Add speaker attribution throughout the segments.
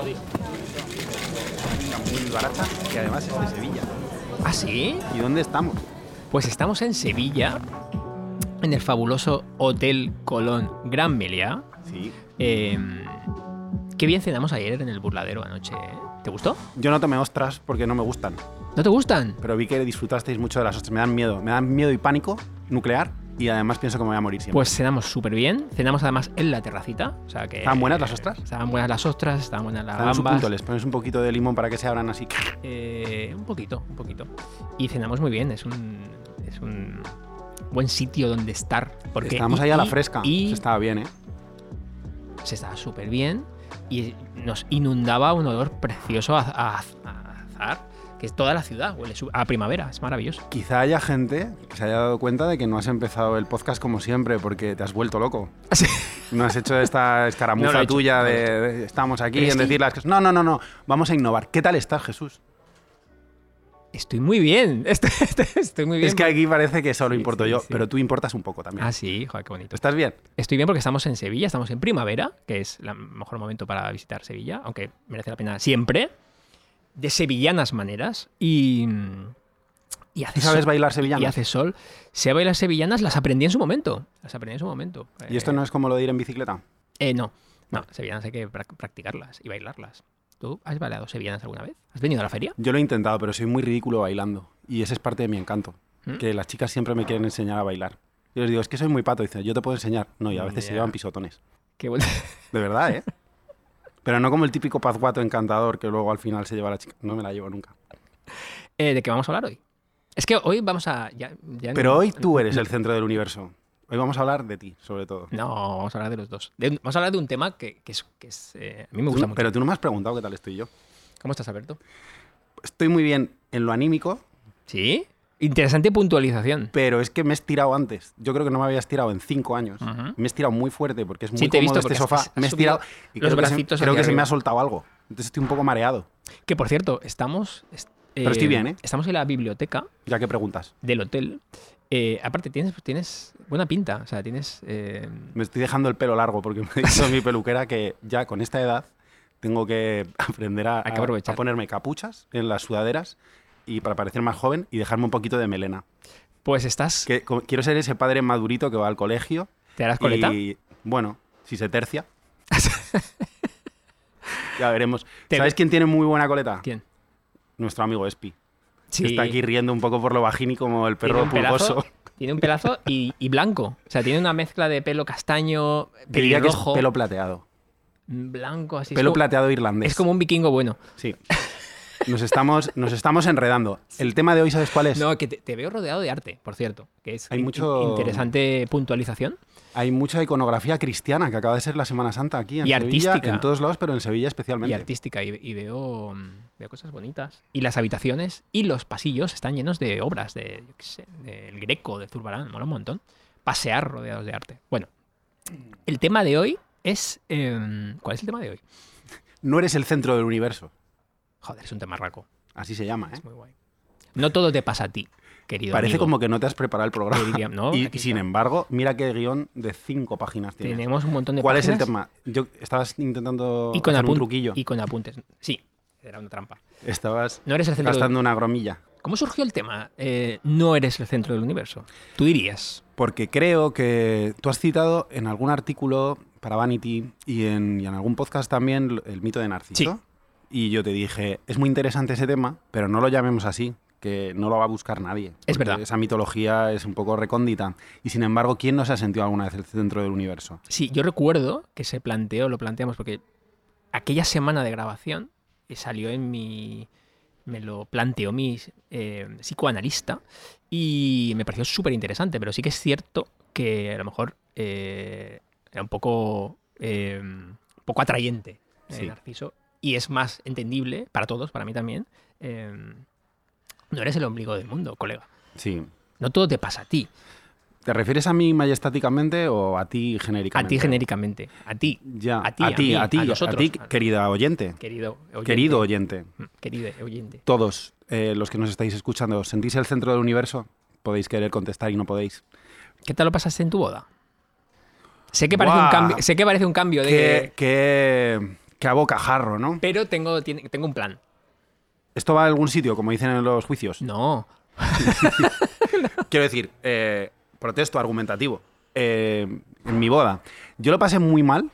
Speaker 1: Audi.
Speaker 2: Una muy barata que además es de Sevilla.
Speaker 1: ¿Ah, sí?
Speaker 2: ¿Y dónde estamos?
Speaker 1: Pues estamos en Sevilla, en el fabuloso Hotel Colón Gran Meliá.
Speaker 2: Sí.
Speaker 1: Eh, qué bien cenamos ayer en el burladero anoche. ¿eh? ¿Te gustó?
Speaker 2: Yo no tomé ostras porque no me gustan,
Speaker 1: ¿No te gustan?
Speaker 2: pero vi que disfrutasteis mucho de las ostras. Me dan miedo, me dan miedo y pánico nuclear y además pienso que me voy a morir siempre.
Speaker 1: Pues cenamos súper bien. Cenamos además en la terracita. O sea que,
Speaker 2: ¿Estaban buenas las ostras?
Speaker 1: Estaban buenas las ostras, estaban buenas las
Speaker 2: Están en su
Speaker 1: gambas.
Speaker 2: punto, les pones un poquito de limón para que se abran así.
Speaker 1: Eh, un poquito, un poquito. Y cenamos muy bien, es un, es un buen sitio donde estar. Porque
Speaker 2: Estábamos
Speaker 1: y-
Speaker 2: ahí a la
Speaker 1: y-
Speaker 2: fresca.
Speaker 1: Y
Speaker 2: Eso estaba bien, ¿eh?
Speaker 1: se estaba súper bien y nos inundaba un olor precioso a, a- a azar, que es toda la ciudad, huele su- a primavera, es maravilloso.
Speaker 2: Quizá haya gente que se haya dado cuenta de que no has empezado el podcast como siempre porque te has vuelto loco. No has hecho esta escaramuza
Speaker 1: No lo he hecho,
Speaker 2: tuya
Speaker 1: no lo he
Speaker 2: de, de- estamos aquí
Speaker 1: Pero es
Speaker 2: en
Speaker 1: que-
Speaker 2: decir las cosas. No, no, no, no. Vamos a innovar. ¿Qué tal estás, Jesús?
Speaker 1: Estoy muy bien, estoy, estoy- estoy muy bien.
Speaker 2: Es que aquí parece que solo
Speaker 1: Sí,
Speaker 2: importo
Speaker 1: sí,
Speaker 2: yo,
Speaker 1: sí.
Speaker 2: pero tú importas un poco también.
Speaker 1: Ah, sí, joder, qué bonito.
Speaker 2: ¿Estás bien?
Speaker 1: Estoy bien porque estamos en Sevilla, estamos en primavera, que es el mejor momento para visitar Sevilla, aunque merece la pena siempre, de sevillanas maneras. Y, y
Speaker 2: ¿Tú
Speaker 1: hace
Speaker 2: sabes
Speaker 1: sol,
Speaker 2: bailar
Speaker 1: y
Speaker 2: sevillano?
Speaker 1: hace sol. Sé bailar sevillanas, las aprendí en su momento. Las aprendí en su momento.
Speaker 2: ¿Y esto no es como lo de ir en bicicleta?
Speaker 1: Eh, no, no, sevillanas hay que prac- practicarlas y bailarlas. ¿Tú has bailado sevillanas alguna vez? ¿Has venido a la feria?
Speaker 2: Yo lo he intentado, pero soy muy ridículo bailando. Y esa es parte de mi encanto.
Speaker 1: ¿Mm?
Speaker 2: Que las chicas siempre me quieren enseñar a bailar. Yo les digo, es que soy muy pato. Dicen, yo te puedo enseñar. No, y a veces se
Speaker 1: Ya.
Speaker 2: llevan pisotones.
Speaker 1: Qué bueno.
Speaker 2: De verdad, ¿eh? Pero no como el típico pazguato encantador que luego al final se lleva a la chica. No me la llevo nunca.
Speaker 1: Eh, ¿De qué vamos a hablar hoy? Es que hoy vamos a... ya- ya-
Speaker 2: Pero hoy tú eres el centro del universo. Hoy vamos a hablar de ti, sobre todo.
Speaker 1: No, vamos a hablar de los dos. De un- vamos a hablar de un tema que, que es... que es, eh, a mí me
Speaker 2: Tú
Speaker 1: gusta
Speaker 2: no-
Speaker 1: mucho.
Speaker 2: Mm, Pero tú no me has preguntado qué tal estoy yo.
Speaker 1: ¿Cómo estás, Alberto?
Speaker 2: Estoy muy bien en lo anímico,
Speaker 1: Sí. Interesante puntualización.
Speaker 2: pero es que me he estirado antes. Yo creo que no me había estirado en cinco años.
Speaker 1: Ujú.
Speaker 2: Me he estirado muy fuerte porque es muy
Speaker 1: Sí, te he
Speaker 2: cómodo
Speaker 1: visto,
Speaker 2: este
Speaker 1: porque has-
Speaker 2: sofá.
Speaker 1: has
Speaker 2: me he
Speaker 1: subido
Speaker 2: estirado y
Speaker 1: los
Speaker 2: creo que se-
Speaker 1: bracitos
Speaker 2: creo
Speaker 1: hacia
Speaker 2: que se me
Speaker 1: arriba.
Speaker 2: ha soltado algo. Entonces estoy un poco mareado,
Speaker 1: Que, por cierto, estamos... est-
Speaker 2: Pero estoy bien, ¿eh?
Speaker 1: Estamos en la biblioteca
Speaker 2: ya que preguntas.
Speaker 1: del hotel. Eh, aparte, tienes, tienes buena pinta. O sea, tienes... eh,
Speaker 2: Me estoy dejando el pelo largo porque me ha dicho mi peluquera que ya con esta edad tengo que aprender a,
Speaker 1: Hay que
Speaker 2: a-
Speaker 1: aprovechar.
Speaker 2: a ponerme capuchas en las sudaderas y para parecer más joven y dejarme un poquito de melena.
Speaker 1: Pues estás...
Speaker 2: Que, co- quiero ser ese padre madurito que va al colegio
Speaker 1: ¿Te harás coleta?
Speaker 2: Y bueno, si se tercia. ya veremos.
Speaker 1: Te-
Speaker 2: ¿Sabes quién tiene muy buena coleta?
Speaker 1: ¿Quién?
Speaker 2: Nuestro amigo Espi.
Speaker 1: Sí.
Speaker 2: que Está aquí riendo un poco por lo bajín y como el perro
Speaker 1: tiene un
Speaker 2: pulgoso.
Speaker 1: Pelazo, tiene un pelazo y, y blanco. O sea, tiene una mezcla de pelo castaño,
Speaker 2: Que diría que es
Speaker 1: pelirrojo,
Speaker 2: pelo plateado.
Speaker 1: blanco, así.
Speaker 2: Pelo
Speaker 1: es, como,
Speaker 2: plateado irlandés.
Speaker 1: es como un vikingo bueno.
Speaker 2: Sí. Nos estamos, nos estamos enredando. El tema de hoy, ¿sabes cuál es?
Speaker 1: No, que te, te veo rodeado de arte, por cierto. Que es
Speaker 2: Hay
Speaker 1: in-
Speaker 2: mucho-
Speaker 1: interesante puntualización.
Speaker 2: Hay mucha iconografía cristiana que acaba de ser la Semana Santa aquí en
Speaker 1: Y
Speaker 2: Sevilla,
Speaker 1: artística.
Speaker 2: en todos lados, pero en Sevilla
Speaker 1: Y
Speaker 2: especialmente.
Speaker 1: artística, y, y veo, mm, veo cosas bonitas. Y las habitaciones y los pasillos están llenos de obras de, yo qué sé, del Greco, de Zurbarán, mola un montón. Pasear rodeados de arte. Bueno, el tema de hoy es. em, ¿Cuál es el tema de hoy?
Speaker 2: No eres el centro del universo.
Speaker 1: Joder, es un tema raco.
Speaker 2: Así se llama, ¿eh?
Speaker 1: Muy guay. No todo te pasa a ti, querido.
Speaker 2: Parece
Speaker 1: amigo.
Speaker 2: como que no te has preparado el programa.
Speaker 1: Yo diría, no,
Speaker 2: y
Speaker 1: Oh, aquí
Speaker 2: sin
Speaker 1: está.
Speaker 2: embargo, mira qué guión de cinco páginas tiene.
Speaker 1: tenemos un montón de
Speaker 2: ¿Cuál es el tema?
Speaker 1: páginas
Speaker 2: Yo estabas intentando
Speaker 1: Y con,
Speaker 2: hacer un
Speaker 1: apun-
Speaker 2: truquillo.
Speaker 1: y con apuntes. Sí, era una trampa.
Speaker 2: Estabas
Speaker 1: No eres el centro. del-
Speaker 2: gastando una gromilla.
Speaker 1: ¿Cómo surgió el tema? eh, no eres el centro del universo. Tú dirías.
Speaker 2: Porque creo que tú has citado en algún artículo para Vanity y en, y en algún podcast también l- el mito de Narciso.
Speaker 1: Sí.
Speaker 2: Y yo te dije, es muy interesante ese tema, pero no lo llamemos así, que no lo va a buscar nadie.
Speaker 1: Es
Speaker 2: porque
Speaker 1: verdad.
Speaker 2: Esa mitología es un poco recóndita. Y sin embargo, ¿quién no se ha sentido alguna vez el centro del universo?
Speaker 1: Sí, yo recuerdo que se planteó, lo planteamos, porque aquella semana de grabación eh, salió en mi. Me lo planteó mi eh, psicoanalista y me pareció súper interesante, pero sí que es cierto que a lo mejor eh, era un poco, eh, poco atrayente eh,
Speaker 2: Sí.
Speaker 1: Narciso y es más entendible para todos, para mí también. eh, no eres el ombligo del mundo, colega.
Speaker 2: Sí.
Speaker 1: No todo te pasa a ti,
Speaker 2: ¿Te refieres a mí majestáticamente o a ti
Speaker 1: a
Speaker 2: genéricamente?
Speaker 1: ti genéricamente, a ti,
Speaker 2: Ya,
Speaker 1: a ti,
Speaker 2: a ti,
Speaker 1: a mí,
Speaker 2: a ti,
Speaker 1: a
Speaker 2: a
Speaker 1: nosotros,
Speaker 2: ti,
Speaker 1: a-
Speaker 2: querida oyente,
Speaker 1: querido oyente.
Speaker 2: querido oyente,
Speaker 1: Mm, Querido oyente.
Speaker 2: todos eh, los que nos estáis escuchando, ¿os ¿sentís el centro del universo? Podéis querer contestar y no podéis.
Speaker 1: ¿Qué tal lo pasaste en tu boda? Sé que parece, un
Speaker 2: Buah.
Speaker 1: cambio, sé que parece un cambio de...
Speaker 2: Qué, qué- Que a bocajarro, ¿no?
Speaker 1: Pero tengo, tiene- tengo un plan.
Speaker 2: ¿Esto va a algún sitio, como dicen en los juicios?
Speaker 1: No.
Speaker 2: Quiero decir, eh, protesto argumentativo. Eh, en mi boda. Yo lo pasé muy mal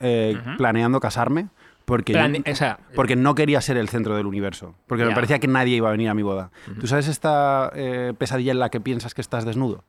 Speaker 2: eh, planeando casarme porque, yo-
Speaker 1: Plane- o sea,
Speaker 2: porque no quería ser el centro del universo. Porque me
Speaker 1: Ya.
Speaker 2: parecía que nadie iba a venir a mi boda. ¿Tú sabes esta eh, pesadilla en la que piensas que estás desnudo?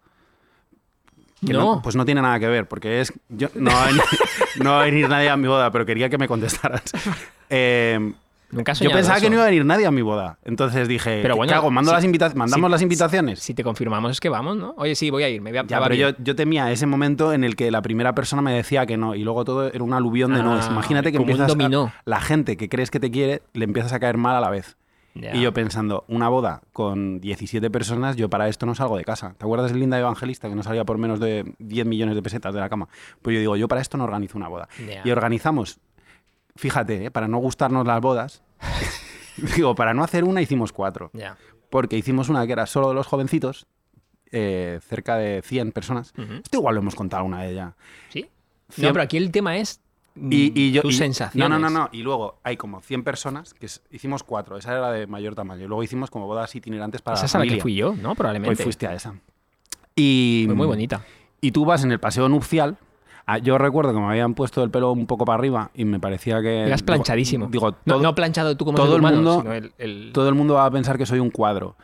Speaker 2: Que
Speaker 1: no.
Speaker 2: Pues no tiene nada que ver, porque es. yo- no, va a venir, no va a venir nadie a mi boda, pero quería que me contestaras. Eh,
Speaker 1: Nunca has
Speaker 2: yo
Speaker 1: soñado
Speaker 2: pensaba
Speaker 1: eso.
Speaker 2: que no iba a venir nadie a mi boda. Entonces dije,
Speaker 1: Pero bueno,
Speaker 2: ¿qué hago? ¿Mando
Speaker 1: sí,
Speaker 2: las invita- ¿Mandamos
Speaker 1: sí,
Speaker 2: las invitaciones?
Speaker 1: Si te confirmamos es que vamos, ¿no? Oye, sí, voy a ir. Me voy a,
Speaker 2: Ya,
Speaker 1: va
Speaker 2: pero
Speaker 1: bien.
Speaker 2: yo, yo temía ese momento en el que la primera persona me decía que no y luego todo era un aluvión de
Speaker 1: Ah,
Speaker 2: no. Imagínate que
Speaker 1: como un
Speaker 2: empiezas a-
Speaker 1: dominó.
Speaker 2: la gente que crees que te quiere le empiezas a caer mal a la vez.
Speaker 1: Ya.
Speaker 2: Y yo pensando, una boda con 17 personas, yo para esto no salgo de casa. ¿Te acuerdas de Linda Evangelista que no salía por menos de 10 millones de pesetas de la cama? Pues yo digo, yo para esto no organizo una boda.
Speaker 1: Ya.
Speaker 2: Y organizamos, fíjate, ¿eh? para no gustarnos las bodas, digo, para no hacer una hicimos cuatro.
Speaker 1: Ya.
Speaker 2: Porque hicimos una que era solo de los jovencitos, eh, cerca de 100 personas.
Speaker 1: Ujú.
Speaker 2: Esto igual lo hemos contado una de ellas.
Speaker 1: ¿Sí?
Speaker 2: Cien-
Speaker 1: No, pero aquí el tema es
Speaker 2: Y, y yo,
Speaker 1: Mm, tus
Speaker 2: y-
Speaker 1: sensaciones.
Speaker 2: No, no, no, no. Y luego hay como 100 personas, que es- hicimos cuatro, esa era la de mayor tamaño. Y luego hicimos como bodas itinerantes para
Speaker 1: Esa
Speaker 2: la
Speaker 1: es a la
Speaker 2: familia.
Speaker 1: que fui yo, ¿no?
Speaker 2: Pues
Speaker 1: Probablemente.
Speaker 2: fuiste eh, a esa. Y,
Speaker 1: Fue muy bonita.
Speaker 2: Y tú vas en el paseo nupcial. Ah, Yo recuerdo que me habían puesto el pelo un poco para arriba y me parecía que...
Speaker 1: Eras
Speaker 2: digo-
Speaker 1: planchadísimo.
Speaker 2: Digo,
Speaker 1: no,
Speaker 2: todo-
Speaker 1: no planchado tú como
Speaker 2: todo
Speaker 1: ser
Speaker 2: el
Speaker 1: humano,
Speaker 2: mundo-
Speaker 1: sino el, el-
Speaker 2: todo el mundo va a pensar que soy un cuadro.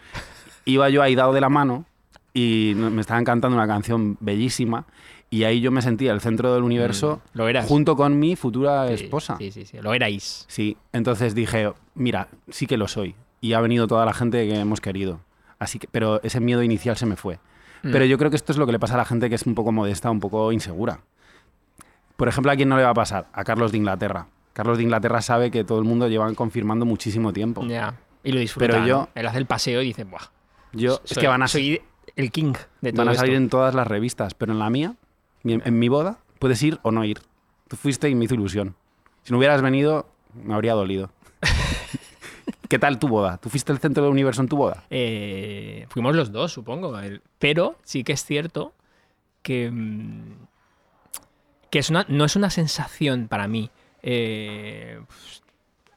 Speaker 2: Iba yo ahí dado de la mano y no- me estaban cantando una canción bellísima y ahí yo me sentía el centro del universo
Speaker 1: Mm, lo eras.
Speaker 2: junto con mi futura
Speaker 1: Sí,
Speaker 2: esposa. Sí.
Speaker 1: Sí, sí, sí. Lo erais.
Speaker 2: entonces dije, mira, sí que lo soy y ha venido toda la gente que hemos querido. Así que, pero ese miedo inicial se me fue.
Speaker 1: Mm.
Speaker 2: Pero yo creo que esto es lo que le pasa a la gente que es un poco modesta, un poco insegura. Por ejemplo, ¿a quién no le va a pasar? A Carlos de Inglaterra. Carlos de Inglaterra sabe que todo el mundo llevan confirmando muchísimo tiempo.
Speaker 1: Ya. Y lo disfruta.
Speaker 2: Pero yo-
Speaker 1: ¿no? Él hace el paseo y dice, ¡buah!
Speaker 2: Yo, es
Speaker 1: soy-
Speaker 2: que van a,
Speaker 1: soy el king de todo
Speaker 2: van a salir
Speaker 1: esto".
Speaker 2: en todas las revistas, pero en la mía, mi- en mi boda, puedes ir o no ir. Tú fuiste y me hizo ilusión. Si no hubieras venido, me habría dolido. ¿Qué tal tu boda? ¿Tú fuiste el centro del universo en tu boda?
Speaker 1: Eh, fuimos los dos, supongo. El- Pero sí que es cierto que, mm, que es una, no es una sensación para mí eh, pues,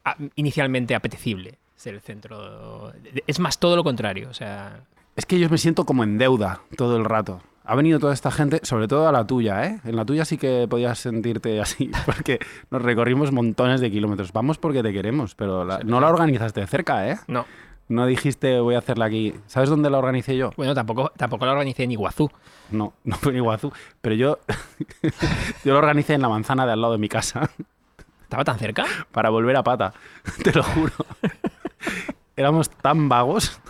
Speaker 1: a- inicialmente apetecible ser el centro. de- Es más todo lo contrario. O sea,
Speaker 2: Es que yo me siento como en deuda todo el rato. Ha venido toda esta gente, sobre todo a la tuya, ¿eh? En la tuya sí que podías sentirte así, porque nos recorrimos montones de kilómetros. Vamos porque te queremos, pero la- no la organizaste de cerca, ¿eh?
Speaker 1: no.
Speaker 2: No dijiste voy a hacerla aquí. ¿Sabes dónde la organicé yo?
Speaker 1: Bueno, tampoco, tampoco la organicé en Iguazú.
Speaker 2: No, no fue en Iguazú, pero yo, yo lo organicé en la manzana de al lado de mi casa
Speaker 1: ¿Estaba tan cerca?
Speaker 2: para volver a pata, te lo juro. Éramos tan vagos.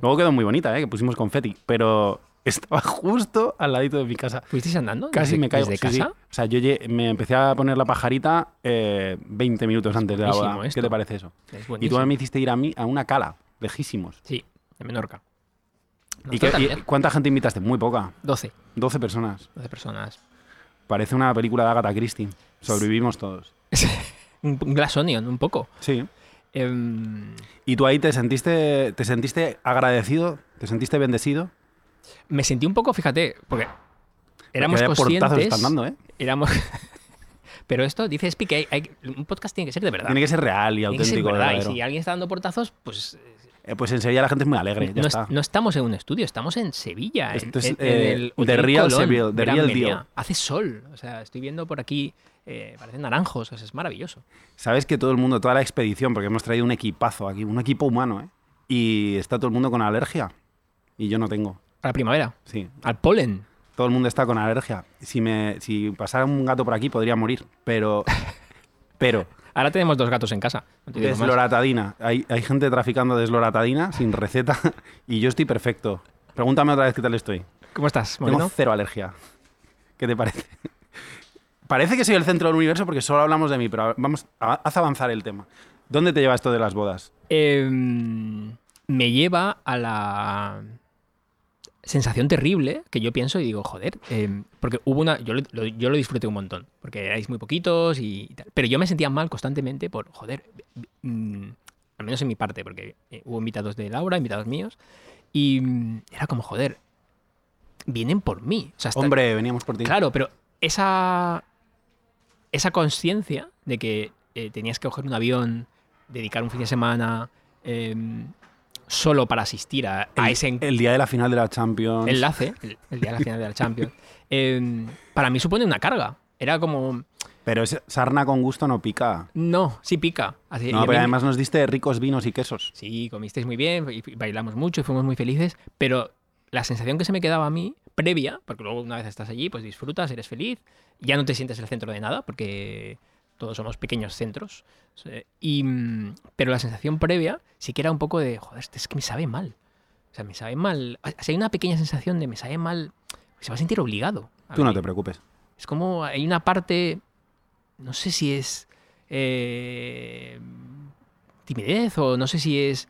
Speaker 2: Luego quedó muy bonita, ¿eh? que pusimos confeti, pero estaba justo al ladito de mi casa.
Speaker 1: ¿Fuisteis andando?
Speaker 2: Casi
Speaker 1: desde-
Speaker 2: me caigo.
Speaker 1: ¿Desde
Speaker 2: sí, sí.
Speaker 1: casa?
Speaker 2: O sea, yo lle- me empecé a poner la pajarita eh, 20 minutos antes de la
Speaker 1: Buenísimo
Speaker 2: boda.
Speaker 1: esto.
Speaker 2: ¿Qué te parece eso?
Speaker 1: Es
Speaker 2: Y
Speaker 1: buenísimo.
Speaker 2: tú me hiciste ir a mí a una cala, lejísimos.
Speaker 1: Sí, en Menorca.
Speaker 2: ¿Y,
Speaker 1: Nosotros
Speaker 2: qué- y-
Speaker 1: también,
Speaker 2: cuánta gente invitaste? Muy poca,
Speaker 1: 12,
Speaker 2: 12 personas.
Speaker 1: 12 personas.
Speaker 2: Parece una película de Agatha Christie. Sobrevivimos todos.
Speaker 1: Un, un Glass Onion, un poco.
Speaker 2: Sí.
Speaker 1: Em,
Speaker 2: ¿Y tú ahí te sentiste, te sentiste agradecido? ¿Te sentiste bendecido?
Speaker 1: me sentí un poco, fíjate, porque éramos
Speaker 2: Porque vaya
Speaker 1: conscientes.
Speaker 2: portazos están dando, ¿eh?
Speaker 1: Éramos. Pero esto dice Spi que hay- hay- un podcast tiene que ser de verdad.
Speaker 2: Tiene que ser real y
Speaker 1: Tiene que ser
Speaker 2: auténtico.
Speaker 1: verdad. Y
Speaker 2: verdadero.
Speaker 1: si alguien está dando portazos, pues
Speaker 2: Eh, pues en Sevilla la gente es muy alegre. Ya
Speaker 1: no, es-
Speaker 2: está.
Speaker 1: no estamos en un estudio, estamos en Sevilla. en-
Speaker 2: Esto es,
Speaker 1: en, en
Speaker 2: eh,
Speaker 1: el
Speaker 2: the
Speaker 1: Hotel
Speaker 2: real
Speaker 1: Colón,
Speaker 2: Seville, the
Speaker 1: Gran
Speaker 2: real
Speaker 1: Meliá.
Speaker 2: deal.
Speaker 1: Hace sol, o sea, estoy viendo por aquí, eh, parecen naranjos, o sea, es maravilloso.
Speaker 2: Sabes que todo el mundo, toda la expedición, porque hemos traído un equipazo aquí, un equipo humano, ¿eh? Y está todo el mundo con alergia. Y yo no tengo.
Speaker 1: A la primavera,
Speaker 2: Sí.
Speaker 1: al polen.
Speaker 2: Todo el mundo está con alergia. Si, me, si pasara un gato por aquí podría morir. Pero. Pero.
Speaker 1: Ahora tenemos dos gatos en casa. no te digo más.
Speaker 2: Desloratadina. Hay, hay gente traficando desloratadina sin receta. Y yo estoy perfecto. Pregúntame otra vez qué tal estoy.
Speaker 1: ¿Cómo estás,
Speaker 2: Tengo
Speaker 1: Moreno?
Speaker 2: cero alergia. ¿Qué te parece? Parece que soy el centro del universo porque solo hablamos de mí, pero vamos, a- haz avanzar el tema. ¿Dónde te lleva esto de las bodas?
Speaker 1: Em, me lleva a la sensación terrible que yo pienso y digo, joder, em, porque hubo una, yo lo, lo- yo lo disfruté un montón, porque erais muy poquitos y, tal, pero yo me sentía mal constantemente por, joder, mm, al menos en mi parte, porque eh, hubo invitados de Laura, invitados míos, y mm, era como, joder, vienen por mí. O sea, hasta-
Speaker 2: Hombre, veníamos por ti.
Speaker 1: Claro, pero esa, esa conciencia de que eh, tenías que coger un avión, dedicar un fin de semana eh, solo para asistir a, a
Speaker 2: El-
Speaker 1: ese en-
Speaker 2: El día de la final de la Champions.
Speaker 1: enlace, el, el día de la final de la Champions, eh, para mí supone una carga. Era como,
Speaker 2: Pero es- sarna con gusto no pica.
Speaker 1: no, sí pica. Así- y
Speaker 2: No,
Speaker 1: a
Speaker 2: pero
Speaker 1: mí-
Speaker 2: además nos diste ricos vinos y quesos.
Speaker 1: Sí, comisteis muy bien, y y bailamos mucho y fuimos muy felices, pero la sensación que se me quedaba a mí, previa, porque luego una vez estás allí, pues disfrutas, eres feliz, ya no te sientes el centro de nada, porque todos somos pequeños centros. eh, Y, mm, pero la sensación previa sí que era un poco de, joder, este es que me sabe mal. O sea, me sabe mal. O sea, hay una pequeña sensación de me sabe mal, se va a sentir obligado. a
Speaker 2: Tú no
Speaker 1: venir.
Speaker 2: te preocupes.
Speaker 1: Es como hay una parte, no sé si es eh, timidez o no sé si es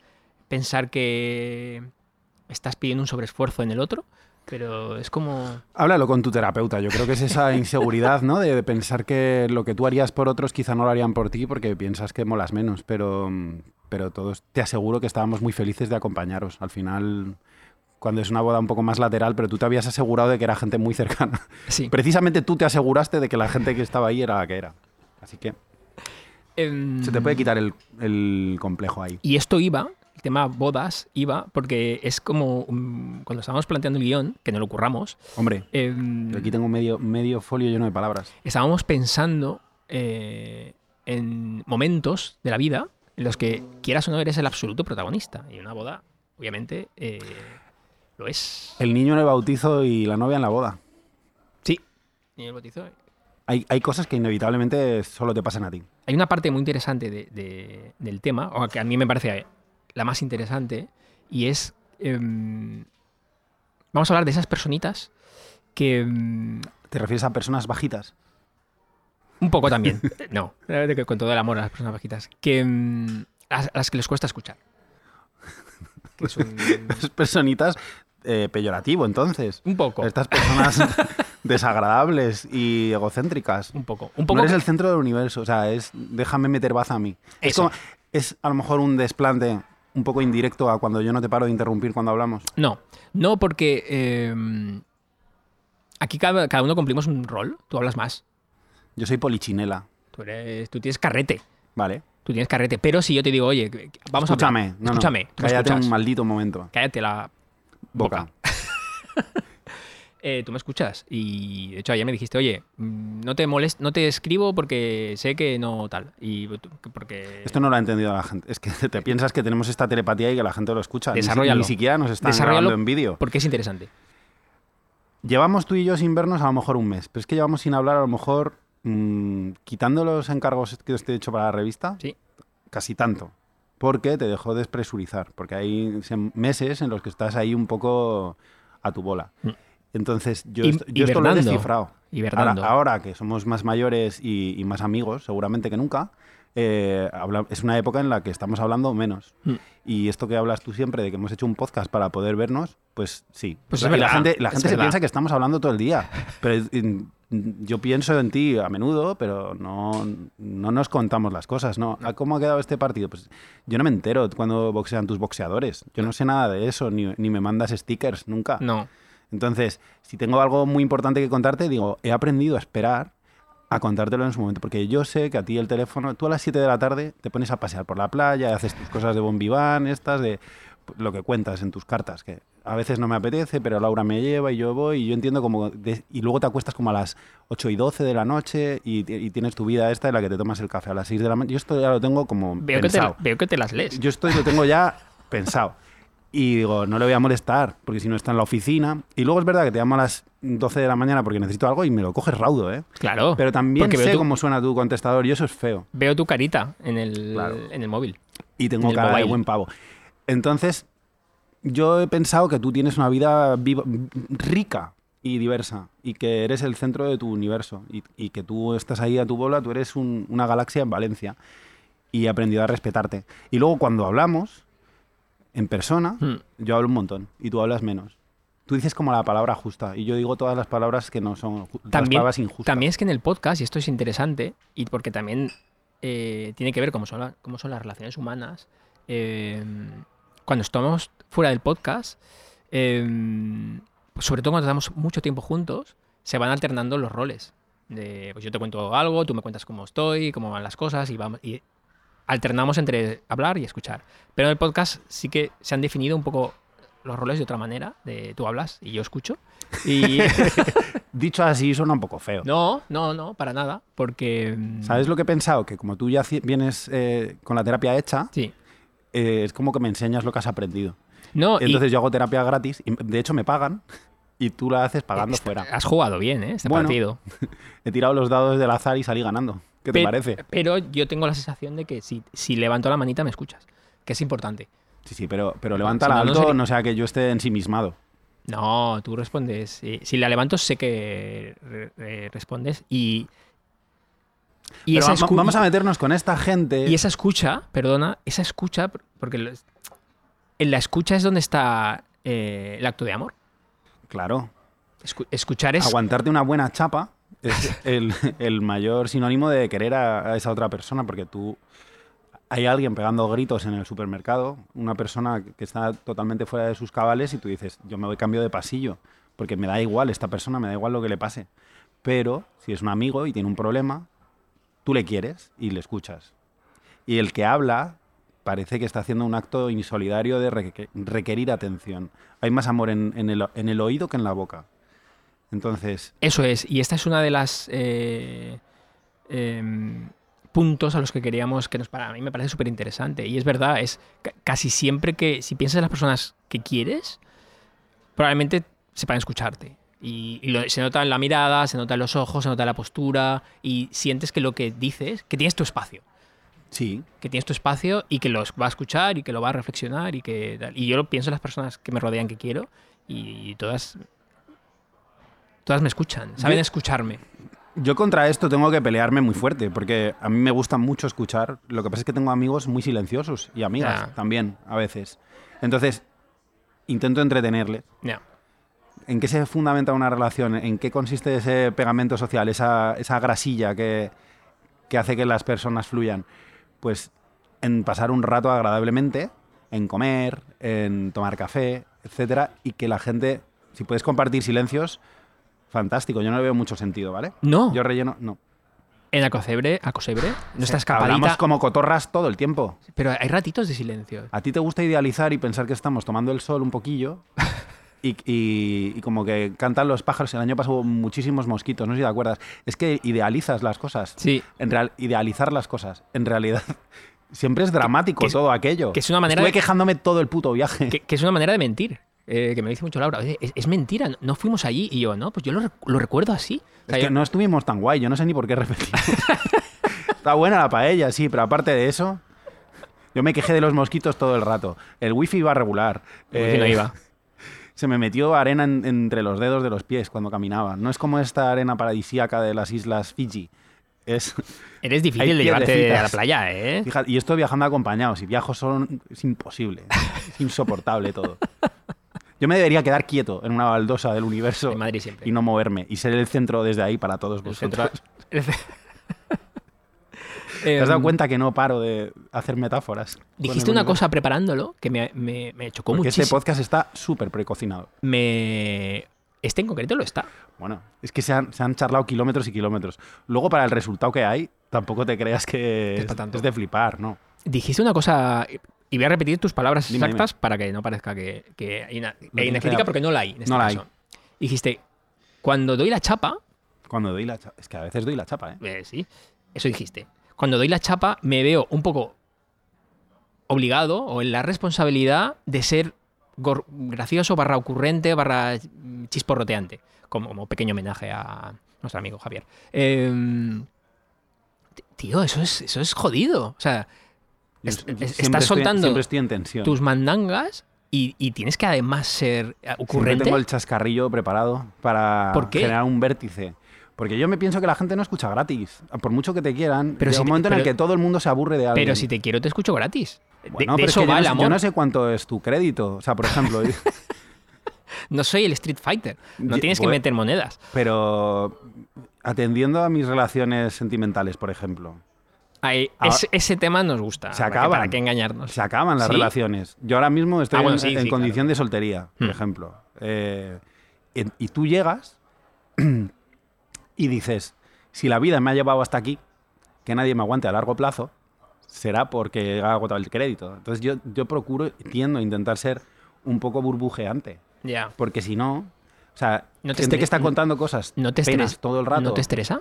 Speaker 1: pensar que estás pidiendo un sobreesfuerzo en el otro, pero es como...
Speaker 2: Háblalo con tu terapeuta. Yo creo que es esa inseguridad, ¿no? De, de pensar que lo que tú harías por otros quizá no lo harían por ti porque piensas que molas menos. Pero, pero todos, te aseguro que estábamos muy felices de acompañaros. Al final, cuando es una boda un poco más lateral, pero tú te habías asegurado de que era gente muy cercana.
Speaker 1: Sí.
Speaker 2: Precisamente tú te aseguraste de que la gente que estaba ahí era la que era. Así que
Speaker 1: em,
Speaker 2: se te puede quitar el, el complejo ahí.
Speaker 1: Y esto iba, el tema bodas iba, porque es como mm, cuando estábamos planteando el guión, que no lo curramos,
Speaker 2: Hombre,
Speaker 1: em,
Speaker 2: yo aquí tengo medio, medio folio lleno de palabras.
Speaker 1: estábamos pensando eh, en momentos de la vida en los que quieras o no eres el absoluto protagonista. Y una boda, obviamente, eh, lo es.
Speaker 2: El niño en el bautizo y la novia en la boda.
Speaker 1: Sí. Y el bautizo.
Speaker 2: Hay, hay cosas que inevitablemente solo te pasan a ti.
Speaker 1: Hay una parte muy interesante de- de- del tema, o que a mí me parece la más interesante, y es... em, vamos a hablar de esas personitas que... em,
Speaker 2: ¿Te refieres a personas bajitas?
Speaker 1: Un poco también. No, la verdad que con todo el amor a las personas bajitas. Que, mm, a, a las que les cuesta escuchar. Que es un,
Speaker 2: Esas personitas eh, peyorativo, entonces.
Speaker 1: un poco.
Speaker 2: Estas personas desagradables y egocéntricas.
Speaker 1: Un poco. Un
Speaker 2: No
Speaker 1: poco.
Speaker 2: eres
Speaker 1: que-
Speaker 2: el centro del universo, o sea, es déjame meter baza a mí. Es,
Speaker 1: Eso.
Speaker 2: como- es a lo mejor un desplante un poco indirecto a cuando yo no te paro de interrumpir cuando hablamos.
Speaker 1: No, no porque eh, aquí cada, cada uno cumplimos un rol. Tú hablas más.
Speaker 2: Yo soy polichinela,
Speaker 1: Tú, eres, tú tienes carrete.
Speaker 2: ¿vale?
Speaker 1: Tú tienes carrete. Pero si yo te digo, oye, que- que- vamos a
Speaker 2: escúchame,
Speaker 1: hablar.
Speaker 2: no, no,
Speaker 1: escúchame. tú me
Speaker 2: cállate
Speaker 1: escuchas.
Speaker 2: un maldito momento.
Speaker 1: Cállate la
Speaker 2: Boca.
Speaker 1: boca. Eh, tú me escuchas. Y de hecho, ayer me dijiste, oye, mm, no te molest no te escribo porque sé que no tal. Y tú- que- porque.
Speaker 2: Esto no lo ha entendido la gente. Es que
Speaker 1: Eh,
Speaker 2: te piensas que tenemos esta telepatía y que la gente lo escucha. Ni si-
Speaker 1: Desarróllalo.
Speaker 2: Ni siquiera nos están
Speaker 1: Desarróllalo.
Speaker 2: grabando en vídeo.
Speaker 1: Porque es interesante.
Speaker 2: Llevamos tú y yo sin vernos a lo mejor un mes, pero es que llevamos sin hablar a lo mejor, mm, quitando los encargos que os he hecho para la revista,
Speaker 1: Sí.
Speaker 2: casi tanto. Porque te dejó despresurizar, porque hay se- meses en los que estás ahí un poco a tu bola.
Speaker 1: Mm.
Speaker 2: Entonces, yo,
Speaker 1: Hi-
Speaker 2: esto, yo esto lo he
Speaker 1: hibernando.
Speaker 2: descifrado. Ahora,
Speaker 1: Hibernando.
Speaker 2: ahora que somos más mayores y, y más amigos, seguramente que nunca, eh, habla- es una época en la que estamos hablando menos.
Speaker 1: Mm.
Speaker 2: Y esto que hablas tú siempre de que hemos hecho un podcast para poder vernos, pues sí. O
Speaker 1: Pues
Speaker 2: sea,
Speaker 1: es
Speaker 2: y la
Speaker 1: verdad,
Speaker 2: gente, la
Speaker 1: es
Speaker 2: gente se
Speaker 1: verdad.
Speaker 2: piensa que estamos hablando todo el día. Pero mm, yo pienso en ti a menudo, pero no, no nos contamos las cosas, ¿no? Ah, ¿Cómo ha quedado este partido? Pues yo no me entero cuando boxean tus boxeadores. Yo no sé nada de eso, ni, ni me mandas stickers nunca.
Speaker 1: No.
Speaker 2: Entonces, si tengo algo muy importante que contarte, digo, he aprendido a esperar a contártelo en su momento, porque yo sé que a ti el teléfono, tú a las 7 de la tarde te pones a pasear por la playa, haces tus cosas de bombiván, estas, de lo que cuentas en tus cartas, que a veces no me apetece, pero Laura me lleva y yo voy, y yo entiendo como, de- y luego te acuestas como a las 8 y 12 de la noche y, y tienes tu vida esta en la que te tomas el café a las 6 de la mañana, yo esto ya lo tengo como...
Speaker 1: Veo que, te,
Speaker 2: pensado.
Speaker 1: veo que te las lees.
Speaker 2: Yo esto lo tengo ya pensado. Y digo, no le voy a molestar, porque si no está en la oficina. Y luego es verdad que te llamo a las 12 de la mañana porque necesito algo y me lo coges raudo, ¿eh?
Speaker 1: claro.
Speaker 2: Pero también
Speaker 1: Oh, porque veo
Speaker 2: sé
Speaker 1: tu,
Speaker 2: cómo suena tu contestador y eso es feo.
Speaker 1: veo tu carita en el,
Speaker 2: Claro.
Speaker 1: en el móvil.
Speaker 2: Y tengo
Speaker 1: Del
Speaker 2: cara de
Speaker 1: mobile.
Speaker 2: buen pavo. Entonces, yo he pensado que tú tienes una vida viva- rica y diversa y que eres el centro de tu universo y, y que tú estás ahí a tu bola, tú eres un- una galaxia en Valencia y he aprendido a respetarte. Y luego cuando hablamos en persona,
Speaker 1: Hmm.
Speaker 2: yo hablo un montón y tú hablas menos. Tú dices como la palabra justa y yo digo todas las palabras que no son ju- las
Speaker 1: También-
Speaker 2: palabras injustas.
Speaker 1: También es que en el podcast, y esto es interesante, y porque también eh, tiene que ver cómo son, la- cómo son las relaciones humanas, eh, cuando estamos fuera del podcast, em, eh, sobre todo cuando estamos mucho tiempo juntos, se van alternando los roles. de, pues yo te cuento algo, tú me cuentas cómo estoy, cómo van las cosas y, vamos, y alternamos entre hablar y escuchar. Pero en el podcast sí que se han definido un poco los roles de otra manera, de tú hablas y yo escucho. Y
Speaker 2: Dicho así, suena un poco feo.
Speaker 1: no, no, no, para nada, porque... mm,
Speaker 2: ¿Sabes lo que he pensado? Que como tú ya ci- vienes eh, con la terapia hecha,
Speaker 1: Sí.
Speaker 2: eh, es como que me enseñas lo que has aprendido.
Speaker 1: No, y
Speaker 2: Entonces yo hago terapia gratis, y de hecho me pagan, y tú la haces pagando
Speaker 1: est-
Speaker 2: fuera.
Speaker 1: has jugado bien, ¿eh? Este
Speaker 2: Bueno,
Speaker 1: partido.
Speaker 2: He tirado los dados del azar y salí ganando. ¿Qué te
Speaker 1: Pe-
Speaker 2: parece?
Speaker 1: Pero yo tengo la sensación de que si, si levanto la manita me escuchas, que es importante.
Speaker 2: Sí, sí, pero, pero
Speaker 1: Si
Speaker 2: levántala
Speaker 1: no, no
Speaker 2: alto,
Speaker 1: sería-
Speaker 2: no sea que yo esté ensimismado.
Speaker 1: No, tú respondes. eh, Si la levanto, sé que re- eh, respondes. Y, y
Speaker 2: Pero
Speaker 1: esa
Speaker 2: va-
Speaker 1: escu-
Speaker 2: vamos a meternos con esta gente.
Speaker 1: y esa escucha, perdona, esa escucha, porque lo- en la escucha es donde está eh, el acto de amor.
Speaker 2: Claro,
Speaker 1: Escu- escuchar es
Speaker 2: aguantarte una buena chapa es el, el mayor sinónimo de querer a, a esa otra persona, porque tú hay alguien pegando gritos en el supermercado, una persona que está totalmente fuera de sus cabales y tú dices, yo me voy cambio de pasillo, porque me da igual esta persona, me da igual lo que le pase. Pero si es un amigo y tiene un problema, tú le quieres y le escuchas. Y el que habla parece que está haciendo un acto insolidario de reque- requerir atención. Hay más amor en- en el- en el oído que en la boca. Entonces,
Speaker 1: Eso es, y esta es una de las eh, em, puntos a los que queríamos, que nos, para mí me parece súper interesante. Y es verdad, es ca- casi siempre que, si piensas en las personas que quieres, probablemente sepan escucharte. Y, y lo- se nota en la mirada, se nota en los ojos, se nota en la postura, y sientes que lo que dices, que tienes tu espacio
Speaker 2: Sí,
Speaker 1: que tienes tu espacio y que los va a escuchar y que lo va a reflexionar y que tal. y yo lo pienso en las personas que me rodean que quiero y, todas todas me escuchan saben
Speaker 2: Yo-
Speaker 1: escucharme
Speaker 2: yo contra esto tengo que pelearme muy fuerte, porque a mí me gusta mucho escuchar. Lo que pasa es que tengo amigos muy silenciosos y amigas
Speaker 1: Ya.
Speaker 2: también, a veces. Entonces, intento entretenerle.
Speaker 1: No.
Speaker 2: ¿En qué se fundamenta una relación? ¿En qué consiste ese pegamento social, esa, esa grasilla que, que hace que las personas fluyan? Pues en pasar un rato agradablemente, en comer, en tomar café, etcétera, y que la gente, si puedes compartir silencios, fantástico. Yo no le veo mucho sentido, ¿vale?
Speaker 1: no
Speaker 2: Yo relleno, no.
Speaker 1: en Acocebre Acocebre nuestra
Speaker 2: Hablamos Ah.
Speaker 1: escapadita
Speaker 2: como cotorras todo el tiempo.
Speaker 1: pero hay ratitos de silencio
Speaker 2: A ti te gusta idealizar y pensar que estamos tomando el sol un poquillo y, y- y como que cantan los pájaros. El año pasado hubo muchísimos mosquitos, no sé si te acuerdas. Es que idealizas las cosas.
Speaker 1: sí
Speaker 2: En real, idealizar las cosas. En realidad, siempre es dramático
Speaker 1: que es-
Speaker 2: todo aquello.
Speaker 1: que es una manera
Speaker 2: Estuve
Speaker 1: de-
Speaker 2: quejándome todo el puto viaje.
Speaker 1: que, que es una manera de mentir eh, que me lo dice mucho Laura Oye, es, es mentira no fuimos allí y yo no pues yo lo, rec- lo recuerdo así O
Speaker 2: Es
Speaker 1: sea,
Speaker 2: que
Speaker 1: yo-
Speaker 2: no estuvimos tan guay, yo no sé ni por qué repetir. Está buena la paella, sí, pero aparte de eso, yo me quejé de los mosquitos todo el rato. El wifi iba regular.
Speaker 1: Uy, que no
Speaker 2: Eh,
Speaker 1: iba
Speaker 2: Se me metió arena en- entre los dedos de los pies cuando caminaba. No es como esta arena paradisíaca de las islas Fiji. Es,
Speaker 1: eres
Speaker 2: hay
Speaker 1: difícil de llevarte a la
Speaker 2: piedrecitas.
Speaker 1: playa eh
Speaker 2: fija- y esto viajando acompañado. Si viajo solo es imposible. Es insoportable todo. Yo me debería quedar quieto en una baldosa del universo
Speaker 1: en Madrid siempre
Speaker 2: y no moverme. Y ser el centro desde ahí para todos
Speaker 1: El
Speaker 2: vosotros.
Speaker 1: centro-
Speaker 2: ¿Te has dado
Speaker 1: Em,
Speaker 2: cuenta que no paro de hacer metáforas? con el
Speaker 1: Dijiste una
Speaker 2: universo?
Speaker 1: cosa preparándolo que me, me- me chocó
Speaker 2: Porque
Speaker 1: muchísimo.
Speaker 2: este podcast está súper precocinado.
Speaker 1: Me... Este en concreto lo está.
Speaker 2: Bueno, es que se han, se han charlado kilómetros y kilómetros. Luego, para el resultado que hay, tampoco te creas que
Speaker 1: Es pa'
Speaker 2: es,
Speaker 1: tanto.
Speaker 2: es de flipar, ¿no?
Speaker 1: Dijiste una cosa, y voy a repetir tus palabras
Speaker 2: Dime,
Speaker 1: exactas para que no parezca que, que hay una,
Speaker 2: No
Speaker 1: hay una
Speaker 2: tienes
Speaker 1: crítica
Speaker 2: idea.
Speaker 1: porque no la hay. En este
Speaker 2: No la
Speaker 1: caso.
Speaker 2: hay.
Speaker 1: Dijiste, cuando doy la chapa,
Speaker 2: Cuando doy la chapa. Es que a veces doy la chapa, ¿eh?
Speaker 1: eh, sí, eso dijiste. Cuando doy la chapa me veo un poco obligado o en la responsabilidad de ser gor- gracioso barra ocurrente barra mm, chisporroteante, como, como pequeño homenaje a nuestro amigo Javier. Em, t- tío, eso es, eso es jodido. O sea,
Speaker 2: Yo
Speaker 1: Es-
Speaker 2: s-
Speaker 1: es-
Speaker 2: siempre
Speaker 1: estás
Speaker 2: estoy-
Speaker 1: soltando
Speaker 2: Siempre estoy en tensión.
Speaker 1: tus mandangas y, y tienes que además ser eh,
Speaker 2: Siempre
Speaker 1: ocurrente.
Speaker 2: tengo el chascarrillo preparado para
Speaker 1: ¿Por qué?
Speaker 2: generar un vértice. Porque yo me pienso que la gente no escucha gratis. Por mucho que te quieran,
Speaker 1: Pero
Speaker 2: pero llega
Speaker 1: si
Speaker 2: un
Speaker 1: te-
Speaker 2: momento en el
Speaker 1: pero-
Speaker 2: que todo el mundo se aburre de algo.
Speaker 1: Pero si te quiero, te escucho gratis. De-
Speaker 2: Bueno,
Speaker 1: de
Speaker 2: pero es
Speaker 1: eso
Speaker 2: que yo
Speaker 1: va
Speaker 2: no
Speaker 1: el
Speaker 2: sé-
Speaker 1: amor.
Speaker 2: Yo
Speaker 1: No,
Speaker 2: no sé cuánto es tu crédito. O sea, por ejemplo, yo-
Speaker 1: soy el Street Fighter. No
Speaker 2: Ye-
Speaker 1: tienes que
Speaker 2: bueno.
Speaker 1: meter monedas.
Speaker 2: pero atendiendo a mis relaciones sentimentales, por ejemplo,
Speaker 1: Ahí,
Speaker 2: Ahora-
Speaker 1: ese, ese tema nos gusta.
Speaker 2: Ah. Se
Speaker 1: ¿Para qué-
Speaker 2: acaban.
Speaker 1: ¿Para qué engañarnos?
Speaker 2: se acaban las
Speaker 1: ¿Sí?
Speaker 2: relaciones. Yo ahora mismo estoy
Speaker 1: Ah, bueno,
Speaker 2: en,
Speaker 1: sí,
Speaker 2: en
Speaker 1: sí,
Speaker 2: condición de soltería, por
Speaker 1: Hmm.
Speaker 2: ejemplo. Eh, en- y tú llegas y dices, si la vida me ha llevado hasta aquí, que nadie me aguante a largo plazo, será porque ha agotado el crédito. Entonces yo, yo procuro, tiendo a intentar ser un poco burbujeante,
Speaker 1: Ya.
Speaker 2: porque si no, o sea,
Speaker 1: No te
Speaker 2: este
Speaker 1: estres-
Speaker 2: que está contando cosas
Speaker 1: ¿No te
Speaker 2: penas
Speaker 1: estresa?
Speaker 2: todo el rato.
Speaker 1: ¿No te estresa?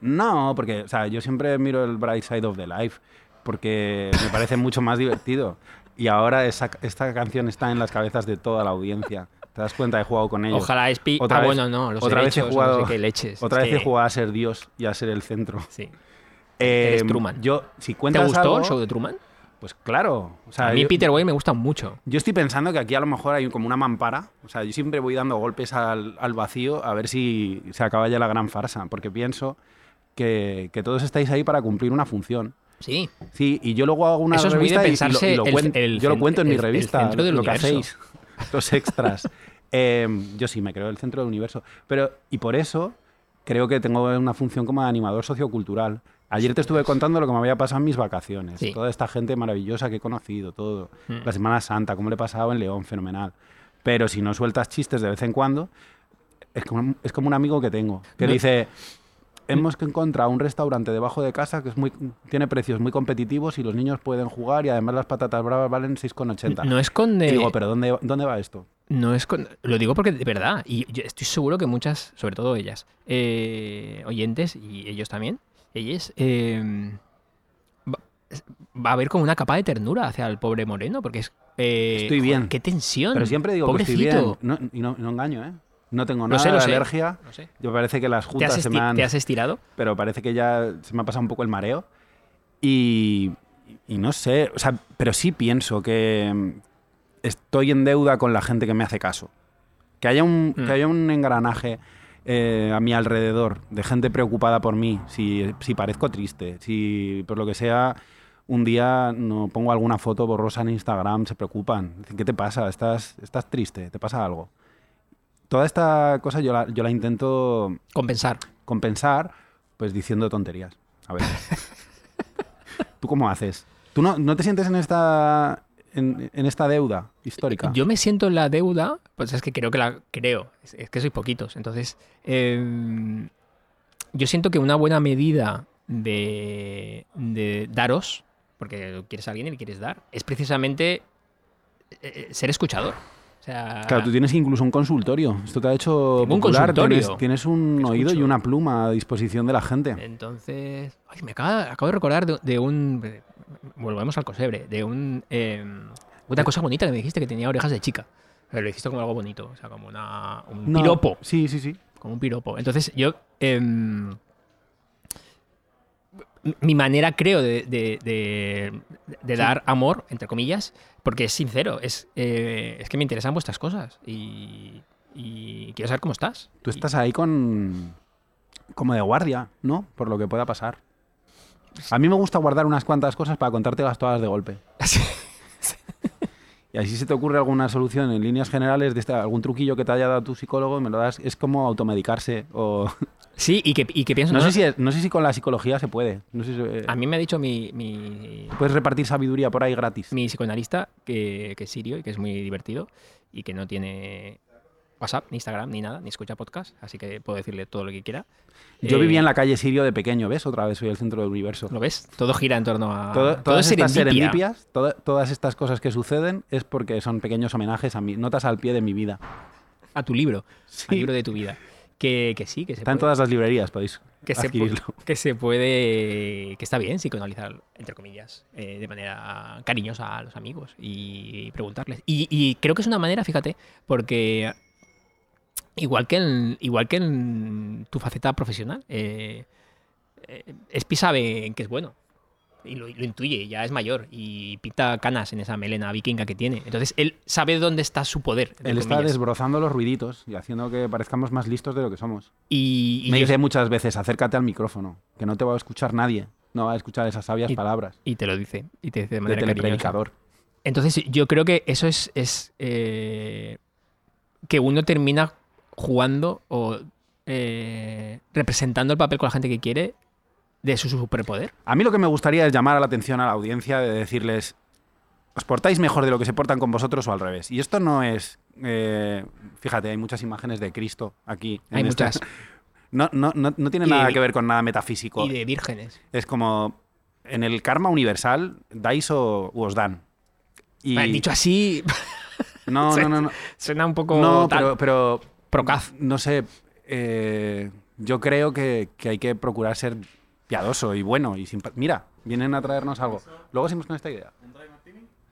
Speaker 2: No, porque, o sea, yo siempre miro el bright side of the life, porque me parece mucho más divertido. Y ahora esa- esta canción está en las cabezas de toda la audiencia. ¿Te das cuenta? He jugado con ellos.
Speaker 1: Ojalá Spi...
Speaker 2: Otra
Speaker 1: ah,
Speaker 2: vez-
Speaker 1: bueno, no, los
Speaker 2: otra vez he
Speaker 1: derechos,
Speaker 2: jugado-
Speaker 1: no sé qué leches.
Speaker 2: Otra
Speaker 1: Es
Speaker 2: vez he
Speaker 1: que-
Speaker 2: jugado a ser Dios y a ser el centro.
Speaker 1: Sí.
Speaker 2: Eh,
Speaker 1: Eres Truman.
Speaker 2: Yo, si
Speaker 1: ¿Te
Speaker 2: cuentas
Speaker 1: gustó
Speaker 2: algo,
Speaker 1: el show de Truman?
Speaker 2: pues claro. O sea,
Speaker 1: a mí
Speaker 2: yo-
Speaker 1: Peter Way me gusta mucho.
Speaker 2: Yo estoy pensando que aquí a lo mejor hay como una mampara. O sea, yo siempre voy dando golpes al, al vacío a ver si se acaba ya la gran farsa. Porque pienso que, que todos estáis ahí para cumplir una función.
Speaker 1: Sí.
Speaker 2: Sí, y yo luego hago una
Speaker 1: Eso es muy de
Speaker 2: revista y- y lo-
Speaker 1: pensarse
Speaker 2: y lo
Speaker 1: el-
Speaker 2: cuen-
Speaker 1: el
Speaker 2: yo lo
Speaker 1: cen-
Speaker 2: cuento en mi
Speaker 1: el- el
Speaker 2: revista,
Speaker 1: centro del
Speaker 2: lo
Speaker 1: universo.
Speaker 2: que hacéis, los extras. Eh, yo sí, me creo el centro del universo. Pero, y por eso creo que tengo una función como de animador sociocultural. Ayer te estuve contando lo que me había pasado en mis vacaciones.
Speaker 1: Sí.
Speaker 2: Toda esta gente maravillosa que he conocido, todo.
Speaker 1: Mm.
Speaker 2: La Semana Santa, cómo le he pasado en León, fenomenal. Pero si no sueltas chistes de vez en cuando, es como, es como un amigo que tengo, que
Speaker 1: No-
Speaker 2: dice, hemos que encontrado un restaurante debajo de casa que es muy, tiene precios muy competitivos y los niños pueden jugar y además las patatas bravas valen 6,80.
Speaker 1: No esconde...
Speaker 2: Y digo, pero ¿dónde, ¿dónde va esto?
Speaker 1: No es con- Lo digo porque de verdad, y yo estoy seguro que muchas, sobre todo ellas, eh, oyentes, y ellos también, ellas, eh, va, es- va a haber como una capa de ternura hacia el pobre Moreno, porque es... eh,
Speaker 2: Estoy
Speaker 1: joder,
Speaker 2: bien.
Speaker 1: ¡Qué tensión!
Speaker 2: Pero siempre digo
Speaker 1: Pobrecito.
Speaker 2: que estoy bien. No, y no, no engaño, ¿eh? No tengo
Speaker 1: Lo
Speaker 2: nada
Speaker 1: sé, lo
Speaker 2: de
Speaker 1: sé.
Speaker 2: alergia.
Speaker 1: No sé.
Speaker 2: Yo parece que las
Speaker 1: ¿Te,
Speaker 2: juntas
Speaker 1: has
Speaker 2: se
Speaker 1: esti-
Speaker 2: me han...
Speaker 1: te has estirado?
Speaker 2: pero parece que ya se me ha pasado un poco el mareo. Y, y no sé, o sea, pero sí pienso que mm, estoy en deuda con la gente que me hace caso. Que haya un,
Speaker 1: Mm.
Speaker 2: que haya un engranaje eh, a mi alrededor de gente preocupada por mí, si, si parezco triste, si por lo que sea un día no pongo alguna foto borrosa en Instagram, se preocupan. Dicen, ¿qué te pasa? ¿Estás, estás triste? ¿Te pasa algo? Toda esta cosa yo la- yo la intento
Speaker 1: Compensar.
Speaker 2: compensar pues diciendo tonterías. A ver. ¿Tú cómo haces? ¿Tú no, no te sientes en esta en, en esta deuda histórica?
Speaker 1: Yo me siento en la deuda, pues es que creo que la creo, es, es que soy poquitos. Entonces, eh, yo siento que una buena medida de, de daros, porque lo quieres a alguien y le quieres dar, es precisamente eh, eh, ser escuchador. O sea,
Speaker 2: Claro, tú tienes incluso un consultorio. Esto te ha hecho
Speaker 1: Tengo un
Speaker 2: popular.
Speaker 1: consultorio.
Speaker 2: Tienes, tienes un
Speaker 1: Que
Speaker 2: oído y
Speaker 1: escucho. Eh,
Speaker 2: una pluma a disposición de la gente.
Speaker 1: entonces, ay, me acaba- acabo de recordar de, de un, volvemos al cosebre, de un eh, una cosa bonita que me dijiste que tenía orejas de chica. Pero lo dijiste como algo bonito, o sea, como una, un
Speaker 2: No,
Speaker 1: piropo.
Speaker 2: Sí, sí, sí.
Speaker 1: como un piropo. Entonces, yo. em, mi manera, creo, de, de- de- de dar amor, entre comillas, porque es sincero, es, eh, es que me interesan vuestras cosas y, y quiero saber cómo estás.
Speaker 2: Tú estás ahí con como de guardia, ¿no? Por lo que pueda pasar. A mí me gusta guardar unas cuantas cosas para contártelas todas de golpe. Y así se te ocurre alguna solución en líneas generales de esta- algún truquillo que te haya dado tu psicólogo, me lo das, es como automedicarse o
Speaker 1: Sí, y que, y que pienso.
Speaker 2: no,
Speaker 1: no,
Speaker 2: sé si es- no sé si con la psicología se puede, no sé si, eh,
Speaker 1: A mí me ha dicho mi, mi,
Speaker 2: puedes repartir sabiduría por ahí gratis.
Speaker 1: mi psicoanalista, que, que es sirio y que es muy divertido y que no tiene WhatsApp, ni Instagram, ni nada, ni escucha podcast, así que puedo decirle todo lo que quiera.
Speaker 2: Yo
Speaker 1: Eh,
Speaker 2: vivía en la calle Sirio de pequeño, ¿ves? Otra vez soy el centro del universo.
Speaker 1: Pues ¿Lo ves? Todo gira en torno a.
Speaker 2: Todo-
Speaker 1: todo
Speaker 2: todas
Speaker 1: es
Speaker 2: estas
Speaker 1: serendipia.
Speaker 2: serendipias, toda- todas estas cosas que suceden es porque son pequeños homenajes a mi notas al pie de mi vida.
Speaker 1: A tu libro.
Speaker 2: Sí.
Speaker 1: Al libro de tu vida. Que, que sí, que se
Speaker 2: Está en
Speaker 1: puede.
Speaker 2: todas las librerías, podéis
Speaker 1: Que se, pu-
Speaker 2: adquirirlo.
Speaker 1: que se puede. Que está bien psicoanalizar, entre comillas, eh, de manera cariñosa a los amigos y preguntarles. Y, y creo que es una manera, fíjate, porque. Igual que en, igual que en tu faceta profesional, eh, eh, Espi sabe en qué es bueno. Y lo, lo intuye, ya es mayor. Y pinta canas en esa melena vikinga que tiene. Entonces él sabe dónde está su poder. entre
Speaker 2: Él está
Speaker 1: comillas.
Speaker 2: desbrozando los ruiditos y haciendo que parezcamos más listos de lo que somos.
Speaker 1: Y, y
Speaker 2: Me
Speaker 1: yo-
Speaker 2: dice muchas veces, acércate al micrófono, que no te va a escuchar nadie. No va a escuchar esas sabias
Speaker 1: Y-
Speaker 2: palabras
Speaker 1: y te lo dice. Y te dice de
Speaker 2: de
Speaker 1: manera cariñosa.
Speaker 2: telepredicador.
Speaker 1: Entonces, yo creo que eso es. es eh, que uno termina jugando o eh, representando el papel con la gente que quiere de su superpoder.
Speaker 2: A mí lo que me gustaría es llamar la atención a la audiencia de decirles, os portáis mejor de lo que se portan con vosotros o al revés. Y esto no es... eh, fíjate, hay muchas imágenes de Cristo aquí.
Speaker 1: Hay
Speaker 2: en esta-
Speaker 1: muchas.
Speaker 2: No, no, no, no tiene
Speaker 1: Y de
Speaker 2: nada
Speaker 1: vi-
Speaker 2: que ver con nada metafísico.
Speaker 1: Y de vírgenes.
Speaker 2: Es como en el karma universal, dais o u os dan. Y
Speaker 1: Vale, dicho así,
Speaker 2: no, no, no, no,
Speaker 1: suena un poco
Speaker 2: no,
Speaker 1: tal,
Speaker 2: pero, pero
Speaker 1: procaz.
Speaker 2: no sé. eh, yo creo que, que hay que procurar ser piadoso y bueno y simpa- Mira, vienen a traernos algo. Luego seguimos con esta idea.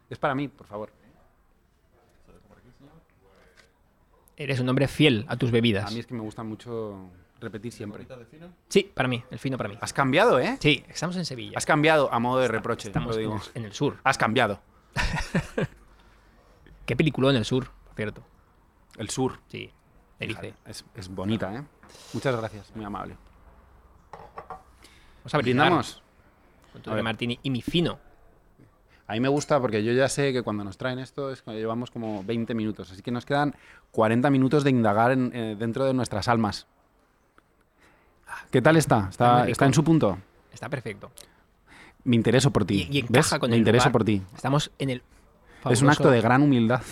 Speaker 2: Es para mí, por favor.
Speaker 1: Eres un hombre fiel a tus
Speaker 2: A
Speaker 1: bebidas.
Speaker 2: mí es que me gusta mucho repetir siempre.
Speaker 1: Sí, para mí, el fino para mí.
Speaker 2: Has cambiado, ¿eh?
Speaker 1: Sí, estamos en Sevilla.
Speaker 2: Has cambiado a modo de reproche.
Speaker 1: Estamos
Speaker 2: lo
Speaker 1: en,
Speaker 2: digo.
Speaker 1: en el sur.
Speaker 2: Has cambiado.
Speaker 1: Qué película en el sur, por cierto.
Speaker 2: El sur.
Speaker 1: Sí, elige.
Speaker 2: Es, es bonita, ¿eh? Muchas gracias, muy amable.
Speaker 1: Vamos a brindar
Speaker 2: Brindamos.
Speaker 1: con tu
Speaker 2: A ver.
Speaker 1: martini y mi fino.
Speaker 2: A mí me gusta porque yo ya sé que cuando nos traen esto es que llevamos como 20 minutos, así que nos quedan 40 minutos de indagar en- eh, dentro de nuestras almas. ¿Qué tal está?
Speaker 1: Está muy
Speaker 2: ¿Está,
Speaker 1: rico.
Speaker 2: está en su punto?
Speaker 1: Está perfecto.
Speaker 2: Me intereso por ti.
Speaker 1: Y, y encaja
Speaker 2: ¿Ves?
Speaker 1: con
Speaker 2: Me
Speaker 1: el
Speaker 2: intereso
Speaker 1: lugar.
Speaker 2: por ti.
Speaker 1: Estamos en el
Speaker 2: Es un
Speaker 1: fabuloso
Speaker 2: acto de gran humildad.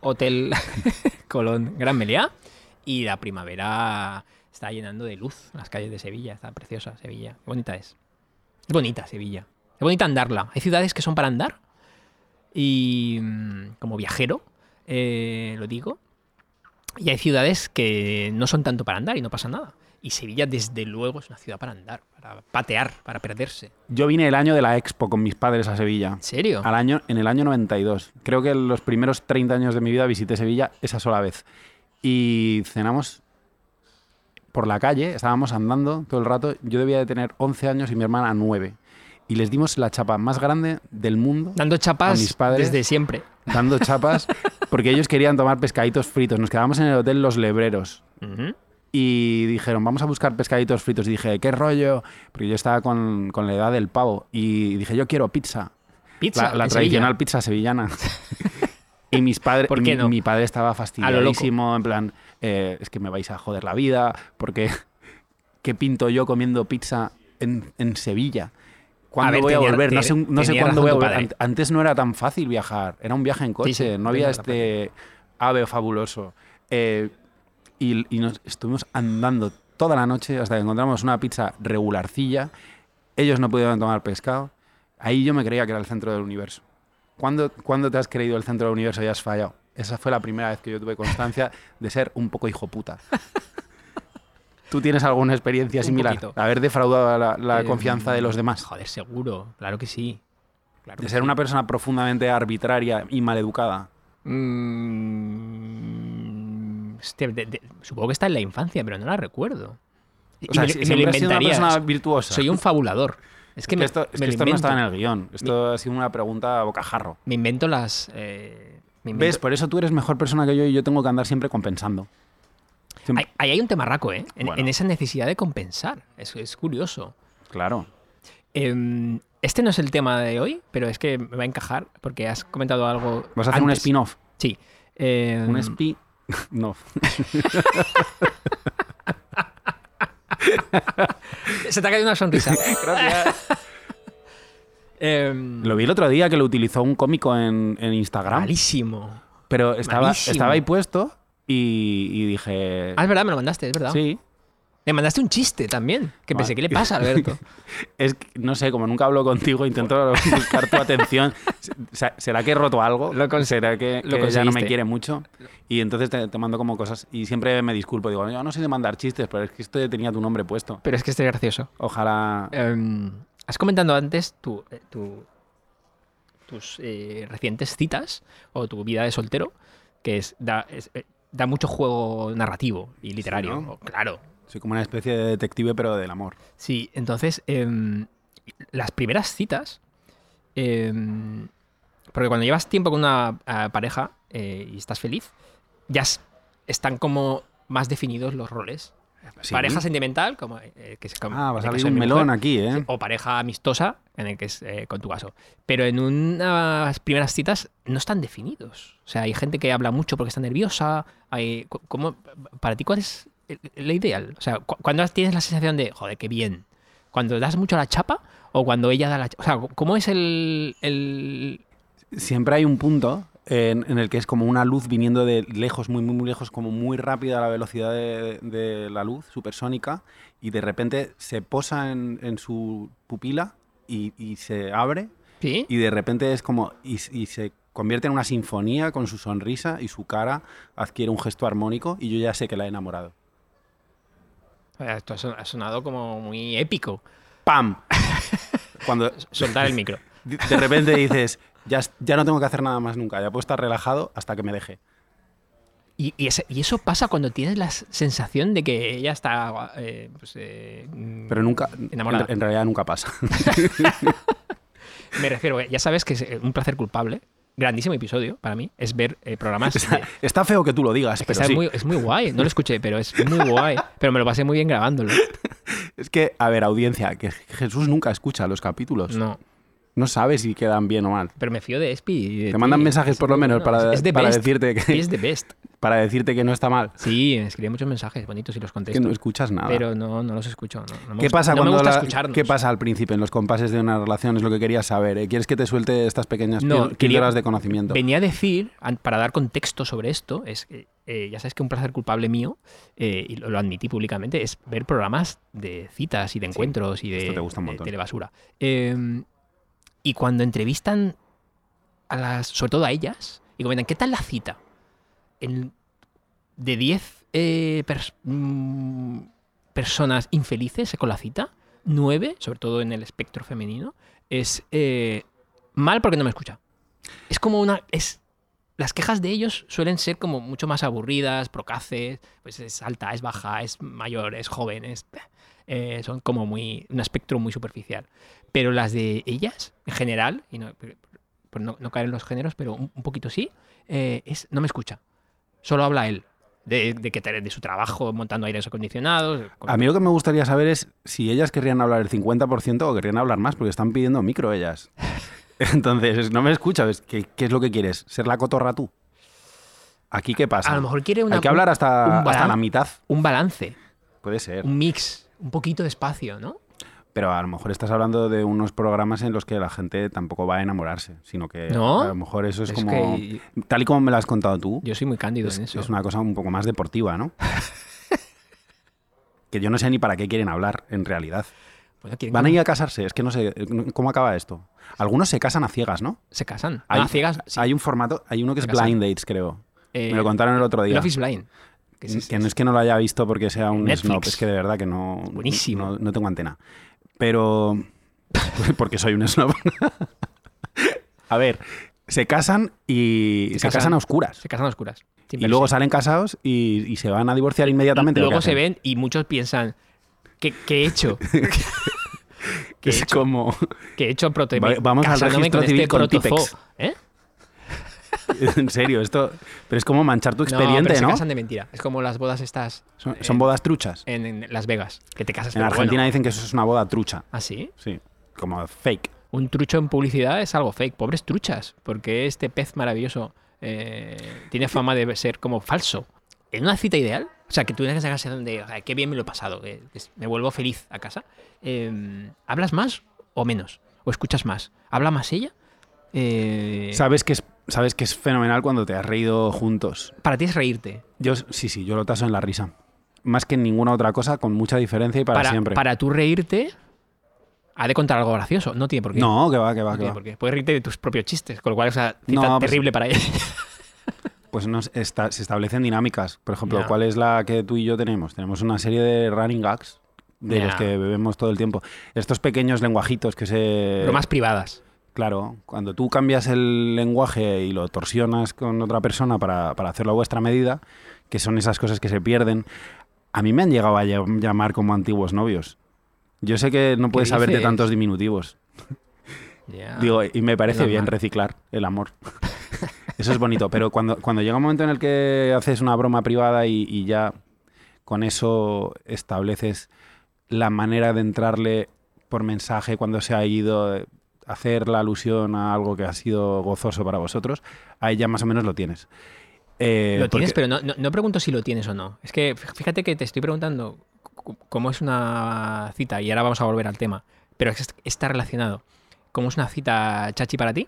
Speaker 1: Hotel Colón Gran Meliá y la primavera está llenando de luz las calles de Sevilla. Está preciosa Sevilla. Qué bonita es. Es bonita Sevilla. Es bonita andarla. Hay ciudades que son para andar y mm, como viajero eh, lo digo. Y hay ciudades que no son tanto para andar y no pasa nada. Y Sevilla desde luego es una ciudad para andar, para patear, para perderse.
Speaker 2: Yo vine el año de la Expo con mis padres a Sevilla.
Speaker 1: ¿En serio?
Speaker 2: Al año, en el año 92. Creo que los primeros 30 años de mi vida visité Sevilla esa sola vez. Y cenamos por la calle, estábamos andando todo el rato. Yo debía de tener 11 años y mi hermana 9. Y les dimos la chapa más grande del mundo,
Speaker 1: Dando chapas
Speaker 2: A mis padres.
Speaker 1: desde siempre.
Speaker 2: dando chapas, porque ellos querían tomar pescaditos fritos. Nos quedamos en el hotel Los Lebreros.
Speaker 1: Ujú.
Speaker 2: Y dijeron, vamos a buscar pescaditos fritos. Y dije, ¿qué rollo? Porque yo estaba con, con la edad del pavo. Y dije, yo quiero pizza.
Speaker 1: Pizza.
Speaker 2: La, la
Speaker 1: en
Speaker 2: tradicional
Speaker 1: Sevilla.
Speaker 2: pizza sevillana. y mis padres,
Speaker 1: ¿Por qué
Speaker 2: mi-
Speaker 1: no?
Speaker 2: mi, padre estaba fastidiadísimo, en plan, eh, es que me vais a joder la vida, porque ¿qué pinto yo comiendo pizza en, en Sevilla? ¿Cuándo
Speaker 1: A ver,
Speaker 2: voy
Speaker 1: tenía-
Speaker 2: a volver? No sé,
Speaker 1: tiene-
Speaker 2: no sé
Speaker 1: tenía
Speaker 2: cuándo
Speaker 1: razón
Speaker 2: voy a
Speaker 1: tu
Speaker 2: volver.
Speaker 1: padre.
Speaker 2: Ant- Antes no era tan fácil viajar, era un viaje en coche,
Speaker 1: sí,
Speaker 2: no había
Speaker 1: tenía razón.
Speaker 2: este ave fabuloso. Eh, y, y nos estuvimos andando toda la noche hasta que encontramos una pizza regularcilla. Ellos no pudieron tomar pescado. Ahí yo me creía que era el centro del universo. ¿Cuándo, cuándo te has creído el centro del universo y has fallado? Esa fue la primera vez que yo tuve constancia de ser un poco hijo puta. ¿Tú tienes alguna experiencia
Speaker 1: Un
Speaker 2: similar?
Speaker 1: poquito.
Speaker 2: Haber defraudado la, la
Speaker 1: Eh,
Speaker 2: confianza de los demás.
Speaker 1: Joder, seguro, claro que sí. Claro
Speaker 2: De
Speaker 1: que
Speaker 2: ser
Speaker 1: sí.
Speaker 2: una persona profundamente arbitraria y maleducada.
Speaker 1: Mm, hostia, de- de- supongo que está en la infancia, pero no la recuerdo. Y-
Speaker 2: O sea,
Speaker 1: y me,
Speaker 2: si-
Speaker 1: lo- y me
Speaker 2: siempre
Speaker 1: lo
Speaker 2: has sido
Speaker 1: inventaría.
Speaker 2: una persona virtuosa.
Speaker 1: Soy un fabulador. Es
Speaker 2: Es que
Speaker 1: que, me,
Speaker 2: esto, es que
Speaker 1: me lo
Speaker 2: esto no
Speaker 1: invento.
Speaker 2: estaba en el guión. Esto ha sido una pregunta a bocajarro.
Speaker 1: Me invento las. eh, me invento-
Speaker 2: ¿Ves? Por eso tú eres mejor persona que yo y yo tengo que andar siempre compensando. Siempre-
Speaker 1: Ahí ahí hay un tema raco, ¿eh? En,
Speaker 2: Bueno.
Speaker 1: en esa necesidad de compensar. Es, es curioso.
Speaker 2: Claro.
Speaker 1: Em, este no es el tema de hoy, pero es que me va a encajar porque has comentado algo.
Speaker 2: Vas a hacer un
Speaker 1: antes.
Speaker 2: spin-off.
Speaker 1: Sí. Em,
Speaker 2: Un spin-off.
Speaker 1: se te ha caído una sonrisa.
Speaker 2: Gracias.
Speaker 1: Em,
Speaker 2: Lo vi el otro día que lo utilizó un cómico en, en Instagram.
Speaker 1: Malísimo.
Speaker 2: Pero estaba,
Speaker 1: Malísimo.
Speaker 2: estaba ahí puesto y, y dije.
Speaker 1: Ah, es verdad, me lo mandaste, es verdad.
Speaker 2: Sí.
Speaker 1: Me mandaste un chiste también, que
Speaker 2: Vale.
Speaker 1: pensé, ¿qué le pasa, Alberto?
Speaker 2: Es que, no sé, como nunca hablo contigo, intento buscar tu atención. Se- ¿Será que he roto algo?
Speaker 1: Lo cons-
Speaker 2: ¿Será que,
Speaker 1: lo
Speaker 2: que ya no me
Speaker 1: conseguiste.
Speaker 2: quiere mucho? Y entonces te, te mando como cosas. Y siempre me disculpo. Digo, yo no soy de mandar chistes, pero es que esto tenía tu nombre puesto.
Speaker 1: Pero es que este es gracioso.
Speaker 2: Ojalá.
Speaker 1: Em, has comentado antes tu, eh, tu- tus eh, recientes citas o tu vida de soltero, que es, da, es, eh, da mucho juego narrativo y literario.
Speaker 2: ¿no?
Speaker 1: O- Claro.
Speaker 2: Soy como una especie de detective, pero del amor.
Speaker 1: Sí, entonces, em, las primeras citas, em, porque cuando llevas tiempo con una ah, pareja eh, y estás feliz, ya es- están como más definidos los roles.
Speaker 2: Sí.
Speaker 1: Pareja sentimental, como eh, que se
Speaker 2: Ah, vas a abrir
Speaker 1: en
Speaker 2: un
Speaker 1: mi
Speaker 2: melón
Speaker 1: mujer,
Speaker 2: aquí, ¿eh?
Speaker 1: O pareja amistosa, en el que es eh, con tu caso. Pero en unas primeras citas no están definidos. O sea, hay gente que habla mucho porque está nerviosa. Hay, cu- ¿cómo- ¿Para ti cuál es el- la ideal? O sea, cu- cuando tienes la sensación de, joder, qué bien. ¿Cuando das mucho la chapa o cuando ella da la chapa? O sea, ¿cómo es el... el-
Speaker 2: siempre hay un punto en, en el que es como una luz viniendo de lejos, muy, muy, muy lejos, como muy rápida a la velocidad de, de la luz, supersónica, y de repente se posa en, en su pupila y, y se abre,
Speaker 1: ¿Sí?
Speaker 2: y de repente es como. y- y se convierte en una sinfonía con su sonrisa y su cara adquiere un gesto armónico, y yo ya sé que la he enamorado.
Speaker 1: Esto ha son- ha sonado como muy épico.
Speaker 2: ¡Pam! Cuando
Speaker 1: Soltar el micro.
Speaker 2: de de repente dices, ya, es- ya no tengo que hacer nada más nunca, ya puedo estar relajado hasta que me deje.
Speaker 1: Y, y ese- y eso pasa cuando tienes la s- sensación de que ella está. eh, pues, eh, mm,
Speaker 2: Pero nunca,
Speaker 1: Enamorada.
Speaker 2: En, en realidad nunca pasa.
Speaker 1: Me refiero, ya sabes que es eh, un placer culpable. Grandísimo episodio para mí es ver eh, programas. de-
Speaker 2: Está feo que tú lo digas,
Speaker 1: que
Speaker 2: pero
Speaker 1: está
Speaker 2: sí.
Speaker 1: muy- es muy guay. No lo escuché, pero es muy guay. Pero me lo pasé muy bien grabándolo.
Speaker 2: Es que, a ver, audiencia, que Jesús nunca escucha los capítulos. No,
Speaker 1: No,
Speaker 2: sabe si quedan bien o mal.
Speaker 1: pero me fío de Espi. y de
Speaker 2: Te
Speaker 1: ti.
Speaker 2: mandan mensajes
Speaker 1: Es
Speaker 2: por lo
Speaker 1: muy
Speaker 2: menos
Speaker 1: bueno.
Speaker 2: para,
Speaker 1: Es the
Speaker 2: para
Speaker 1: best.
Speaker 2: decirte
Speaker 1: Espi
Speaker 2: que,
Speaker 1: es the best.
Speaker 2: para decirte que no está mal.
Speaker 1: Sí, escribí muchos mensajes bonitos y los
Speaker 2: Que
Speaker 1: contesto.
Speaker 2: no escuchas nada.
Speaker 1: pero no, no los escucho. no- no me
Speaker 2: ¿Qué
Speaker 1: gusta-
Speaker 2: pasa
Speaker 1: no me
Speaker 2: cuando
Speaker 1: gusta
Speaker 2: la-
Speaker 1: escucharnos.
Speaker 2: ¿Qué pasa al príncipe en los compases de una relación? Es lo que querías saber. ¿eh? ¿Quieres que te suelte estas pequeñas
Speaker 1: No,
Speaker 2: píld-
Speaker 1: quería-
Speaker 2: píldoras de conocimiento?
Speaker 1: Venía a decir, an- para dar contexto sobre esto, es que, eh, ya sabes que un placer culpable mío, eh, y lo, lo admití públicamente, es ver programas de citas y de encuentros y de,
Speaker 2: esto te gusta un
Speaker 1: de
Speaker 2: montón.
Speaker 1: telebasura. Eh, y cuando entrevistan a las, sobre todo a ellas, y comentan, ¿qué tal la cita? El- de 10 eh, pers- mm, personas infelices con la cita, 9, sobre todo en el espectro femenino, es eh, mal porque no me escucha. Es como una. Es, las quejas de ellos suelen ser como mucho más aburridas, procaces, pues es alta, es baja, es mayor, es joven, es, eh, son como muy. un espectro muy superficial. Pero las de ellas, en general, y no, por no, no caer en los géneros, pero un, un poquito sí, eh, es no me escucha. Solo habla él. De, de que te- de su trabajo montando aires acondicionados. eh, con-
Speaker 2: A mí lo que me gustaría saber es si ellas querrían hablar el 50% o querrían hablar más, porque están pidiendo micro ellas. Entonces, es- no me escuchas. ¿Qué, qué es lo que quieres? ¿Ser la cotorra tú? ¿Aquí qué pasa?
Speaker 1: a lo mejor quiere una,
Speaker 2: Hay que hablar
Speaker 1: un
Speaker 2: hasta, hasta
Speaker 1: balan-
Speaker 2: la mitad.
Speaker 1: un balance,
Speaker 2: Puede ser.
Speaker 1: un mix, un poquito de espacio, ¿no?
Speaker 2: Pero a lo mejor estás hablando de unos programas en los que la gente tampoco va a enamorarse, sino que
Speaker 1: ¿No?
Speaker 2: a lo mejor eso es,
Speaker 1: Es
Speaker 2: como...
Speaker 1: que-
Speaker 2: Tal y como me lo has contado tú,
Speaker 1: Yo soy muy cándido
Speaker 2: es,
Speaker 1: en eso.
Speaker 2: es una cosa un poco más deportiva, ¿no? que yo no sé ni para qué quieren hablar en realidad.
Speaker 1: Bueno, quieren
Speaker 2: Van a
Speaker 1: que
Speaker 2: ir a casarse, es que no sé eh, cómo acaba esto. Algunos se casan a ciegas, ¿no?
Speaker 1: se casan.
Speaker 2: Hay,
Speaker 1: Hay, ciegas. sí.
Speaker 2: hay un formato, hay uno que es
Speaker 1: Se casan.
Speaker 2: blind dates, creo.
Speaker 1: Eh,
Speaker 2: Me lo contaron el otro día.
Speaker 1: Love is Blind. Que es-
Speaker 2: que no es que no lo haya visto porque sea un
Speaker 1: Netflix.
Speaker 2: snob, es que de verdad que no,
Speaker 1: Buenísimo.
Speaker 2: no, no tengo antena. Pero porque soy un snob. a ver, se casan y se,
Speaker 1: Se
Speaker 2: casan,
Speaker 1: casan.
Speaker 2: a oscuras.
Speaker 1: Se casan a oscuras. sin
Speaker 2: Y luego
Speaker 1: permiso.
Speaker 2: salen casados y, y se van a divorciar inmediatamente.
Speaker 1: Luego se ven y muchos piensan, ¿qué, qué he hecho?
Speaker 2: que
Speaker 1: ¿Qué he
Speaker 2: es
Speaker 1: hecho?
Speaker 2: como
Speaker 1: ¿Qué he hecho prote-
Speaker 2: Va- vamos al
Speaker 1: casándome
Speaker 2: registro
Speaker 1: con
Speaker 2: civil
Speaker 1: este
Speaker 2: con
Speaker 1: protozoo?
Speaker 2: Tipex.
Speaker 1: ¿Eh?
Speaker 2: en serio esto, pero es como manchar tu
Speaker 1: no, pero
Speaker 2: expediente,
Speaker 1: se
Speaker 2: ¿no?
Speaker 1: casan de mentira. Es como las bodas estas
Speaker 2: Son,
Speaker 1: eh,
Speaker 2: son bodas truchas.
Speaker 1: en, en Las Vegas, que te casas
Speaker 2: En
Speaker 1: pero
Speaker 2: Argentina
Speaker 1: bueno.
Speaker 2: dicen que eso es una boda trucha.
Speaker 1: ¿Ah, sí?
Speaker 2: Sí, como fake.
Speaker 1: Un trucho en publicidad es algo fake. Pobres truchas, porque este pez maravilloso eh, tiene fama de ser como falso. En una cita ideal, o sea, que tú tienes esa casa donde, "Ay, qué bien me lo he pasado, que- que me vuelvo feliz a casa, eh, ¿hablas más o menos? ¿O escuchas más? ¿Habla más ella? Eh,
Speaker 2: Sabes que es sabes que es fenomenal cuando te has reído juntos.
Speaker 1: para ti es reírte.
Speaker 2: Yo sí, sí, yo lo taso en la risa. Más que en ninguna otra cosa, con mucha diferencia y para, siempre.
Speaker 1: para tú reírte, ha de contar algo gracioso. No tiene por qué.
Speaker 2: No, que va, que
Speaker 1: No
Speaker 2: va, que
Speaker 1: tiene
Speaker 2: va.
Speaker 1: por qué. Puedes reírte de tus propios chistes, con lo cual es una cita
Speaker 2: No, pues-
Speaker 1: terrible para ella.
Speaker 2: Pues nos esta- se establecen dinámicas. Por ejemplo,
Speaker 1: Ya.
Speaker 2: ¿cuál es la que tú y yo tenemos? Tenemos una serie de running gags de
Speaker 1: Ya.
Speaker 2: los que bebemos todo el tiempo. Estos pequeños lenguajitos que se...
Speaker 1: Bromas privadas.
Speaker 2: Claro, cuando tú cambias el lenguaje y lo torsionas con otra persona para, para hacerlo a vuestra medida, que son esas cosas que se pierden, a mí me han llegado a llam- llamar como antiguos novios. Yo sé que no puedes saberte
Speaker 1: dices?
Speaker 2: tantos diminutivos.
Speaker 1: Ya.
Speaker 2: Digo, y me parece
Speaker 1: normal.
Speaker 2: bien reciclar el amor. Eso es bonito, pero cuando, cuando llega un momento en el que haces una broma privada y, y ya con eso estableces la manera de entrarle por mensaje cuando se ha ido, eh, hacer la alusión a algo que ha sido gozoso para vosotros, ahí ya más o menos lo tienes. Eh,
Speaker 1: Lo tienes,
Speaker 2: porque-
Speaker 1: pero no, no- no pregunto si lo tienes o no. Es que fí- fíjate que te estoy preguntando c- c- cómo es una cita, y ahora vamos a volver al tema, pero es- está relacionado. ¿Cómo es una cita chachi para ti?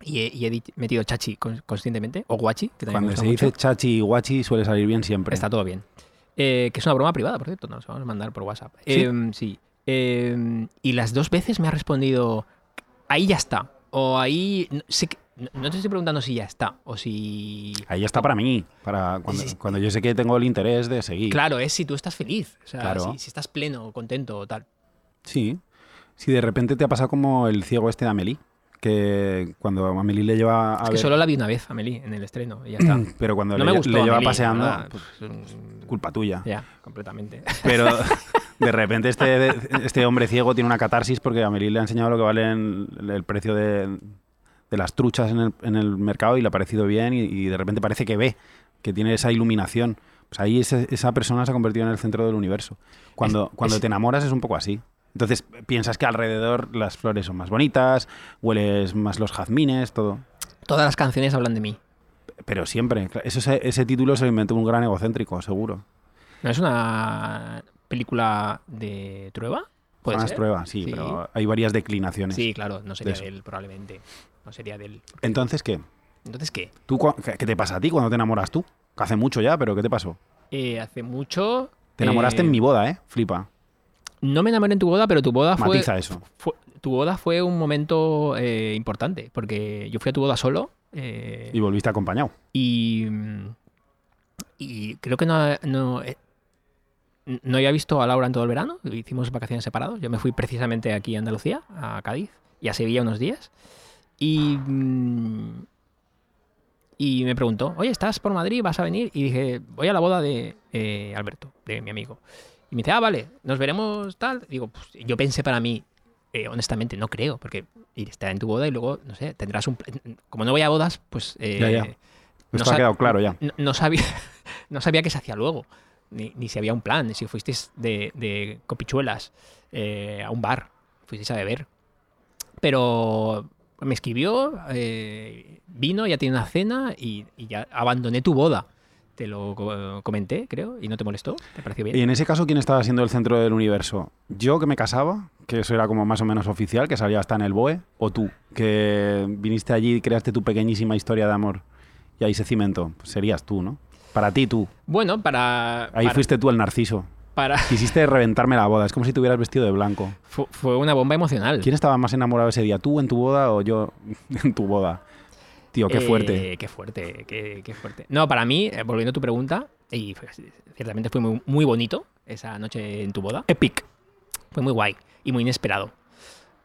Speaker 1: Y he, y he dit- metido chachi con- conscientemente, o guachi, que también me
Speaker 2: Cuando
Speaker 1: gusta
Speaker 2: se dice
Speaker 1: mucho.
Speaker 2: chachi y guachi suele salir bien siempre.
Speaker 1: Está todo bien. Eh, que es una broma privada, por cierto, nos vamos a mandar por WhatsApp.
Speaker 2: ¿Sí?
Speaker 1: Em, sí. Em, y las dos veces me ha respondido, ahí ya está. O ahí... No, sé que- no- no te estoy preguntando si ya está, o si...
Speaker 2: Ahí está para mí, para cuando,
Speaker 1: Sí, sí.
Speaker 2: cuando yo sé que tengo el interés de seguir.
Speaker 1: Claro, es si tú estás feliz, o sea,
Speaker 2: Claro.
Speaker 1: si, si estás pleno, o contento o tal.
Speaker 2: Sí. Si de repente te ha pasado como el ciego este de Amelie, que cuando Amelie le lleva a
Speaker 1: Es que
Speaker 2: ver-
Speaker 1: solo la vi una vez, Amelie, en el estreno, y ya está. No
Speaker 2: pero cuando
Speaker 1: me
Speaker 2: le,
Speaker 1: gustó.
Speaker 2: le lleva
Speaker 1: Amélie, la
Speaker 2: paseando,
Speaker 1: verdad.
Speaker 2: pues,
Speaker 1: Mm,
Speaker 2: culpa tuya.
Speaker 1: Ya, completamente.
Speaker 2: Pero de repente este, este hombre ciego tiene una catarsis porque Amelie le ha enseñado lo que vale el precio de, de las truchas en el, en el mercado y le ha parecido bien y, y de repente parece que ve, que tiene esa iluminación. Pues ahí ese- esa persona se ha convertido en el centro del universo. Cuando,
Speaker 1: Es-
Speaker 2: cuando
Speaker 1: es-
Speaker 2: te enamoras es un poco así. Entonces piensas que alrededor las flores son más bonitas, hueles más los jazmines, todo.
Speaker 1: Todas las canciones hablan de mí.
Speaker 2: Pero siempre, cla- eso, se- ese título se lo inventó un gran egocéntrico, seguro.
Speaker 1: ¿No es una película de Trueba? ¿Puede
Speaker 2: Juan
Speaker 1: ser?
Speaker 2: Astrueba, sí,
Speaker 1: Sí.
Speaker 2: pero hay varias declinaciones.
Speaker 1: Sí, claro, no sería
Speaker 2: eso.
Speaker 1: de él probablemente. No sería de él.
Speaker 2: Entonces, ¿qué?
Speaker 1: Entonces, ¿qué?
Speaker 2: ¿Tú, cua- qué qué te pasa a ti cuando te enamoras tú? Que hace mucho ya, pero ¿qué te pasó?
Speaker 1: Eh, hace mucho...
Speaker 2: Te enamoraste
Speaker 1: eh,
Speaker 2: en mi boda, ¿eh? Flipa.
Speaker 1: No me enamoré en tu boda, pero tu boda Ah, fue...
Speaker 2: Matiza eso.
Speaker 1: fue- tu boda fue un momento eh, importante, porque yo fui a tu boda solo eh,
Speaker 2: Y volviste acompañado.
Speaker 1: y, mm, y creo que no, no, eh, n- no había visto a Laura en todo el verano, hicimos vacaciones separados, yo me fui precisamente aquí a Andalucía, a Cádiz y a Sevilla unos días y, mm, y me preguntó, oye, ¿estás por Madrid? ¿Vas a venir? Y dije, voy a la boda de eh, Alberto, de mi amigo. Y me dice, ah, vale, nos veremos tal. Digo, pues, yo pensé para mí, eh, honestamente, no creo, porque ir estar en tu boda y luego, no sé, tendrás un... pl- Como no voy a bodas, pues... eh,
Speaker 2: Ya, ya. Esto ha
Speaker 1: sab-
Speaker 2: quedado claro ya.
Speaker 1: No, no sabía, no sabía qué se hacía luego, ni, ni si había un plan, ni si fuisteis de, de copichuelas eh, a un bar, fuisteis a beber. Pero me escribió, eh, vino, ya tiene una cena y, y ya abandoné tu boda. Te lo co- comenté, creo, y no te molestó, te pareció bien.
Speaker 2: Y en ese caso, ¿quién estaba siendo el centro del universo? ¿Yo que me casaba? Que eso era como más o menos oficial, que salía hasta en el BOE. ¿O tú? Que viniste allí y creaste tu pequeñísima historia de amor. Y ahí se cimentó. Pues serías tú, ¿no? Para ti, tú.
Speaker 1: Bueno, para...
Speaker 2: Ahí
Speaker 1: para-
Speaker 2: fuiste tú el narciso.
Speaker 1: para-
Speaker 2: Quisiste reventarme la boda. Es como si te hubieras vestido de blanco.
Speaker 1: fu- fue una bomba emocional.
Speaker 2: ¿Quién estaba más enamorado ese día? ¿Tú en tu boda o yo en tu boda? Tío, qué
Speaker 1: Eh,
Speaker 2: fuerte.
Speaker 1: qué fuerte, qué, qué fuerte. No, para mí, eh, volviendo a tu pregunta, y fue- ciertamente fue muy, muy bonito esa noche en tu boda. Epic. Fue muy guay y muy inesperado.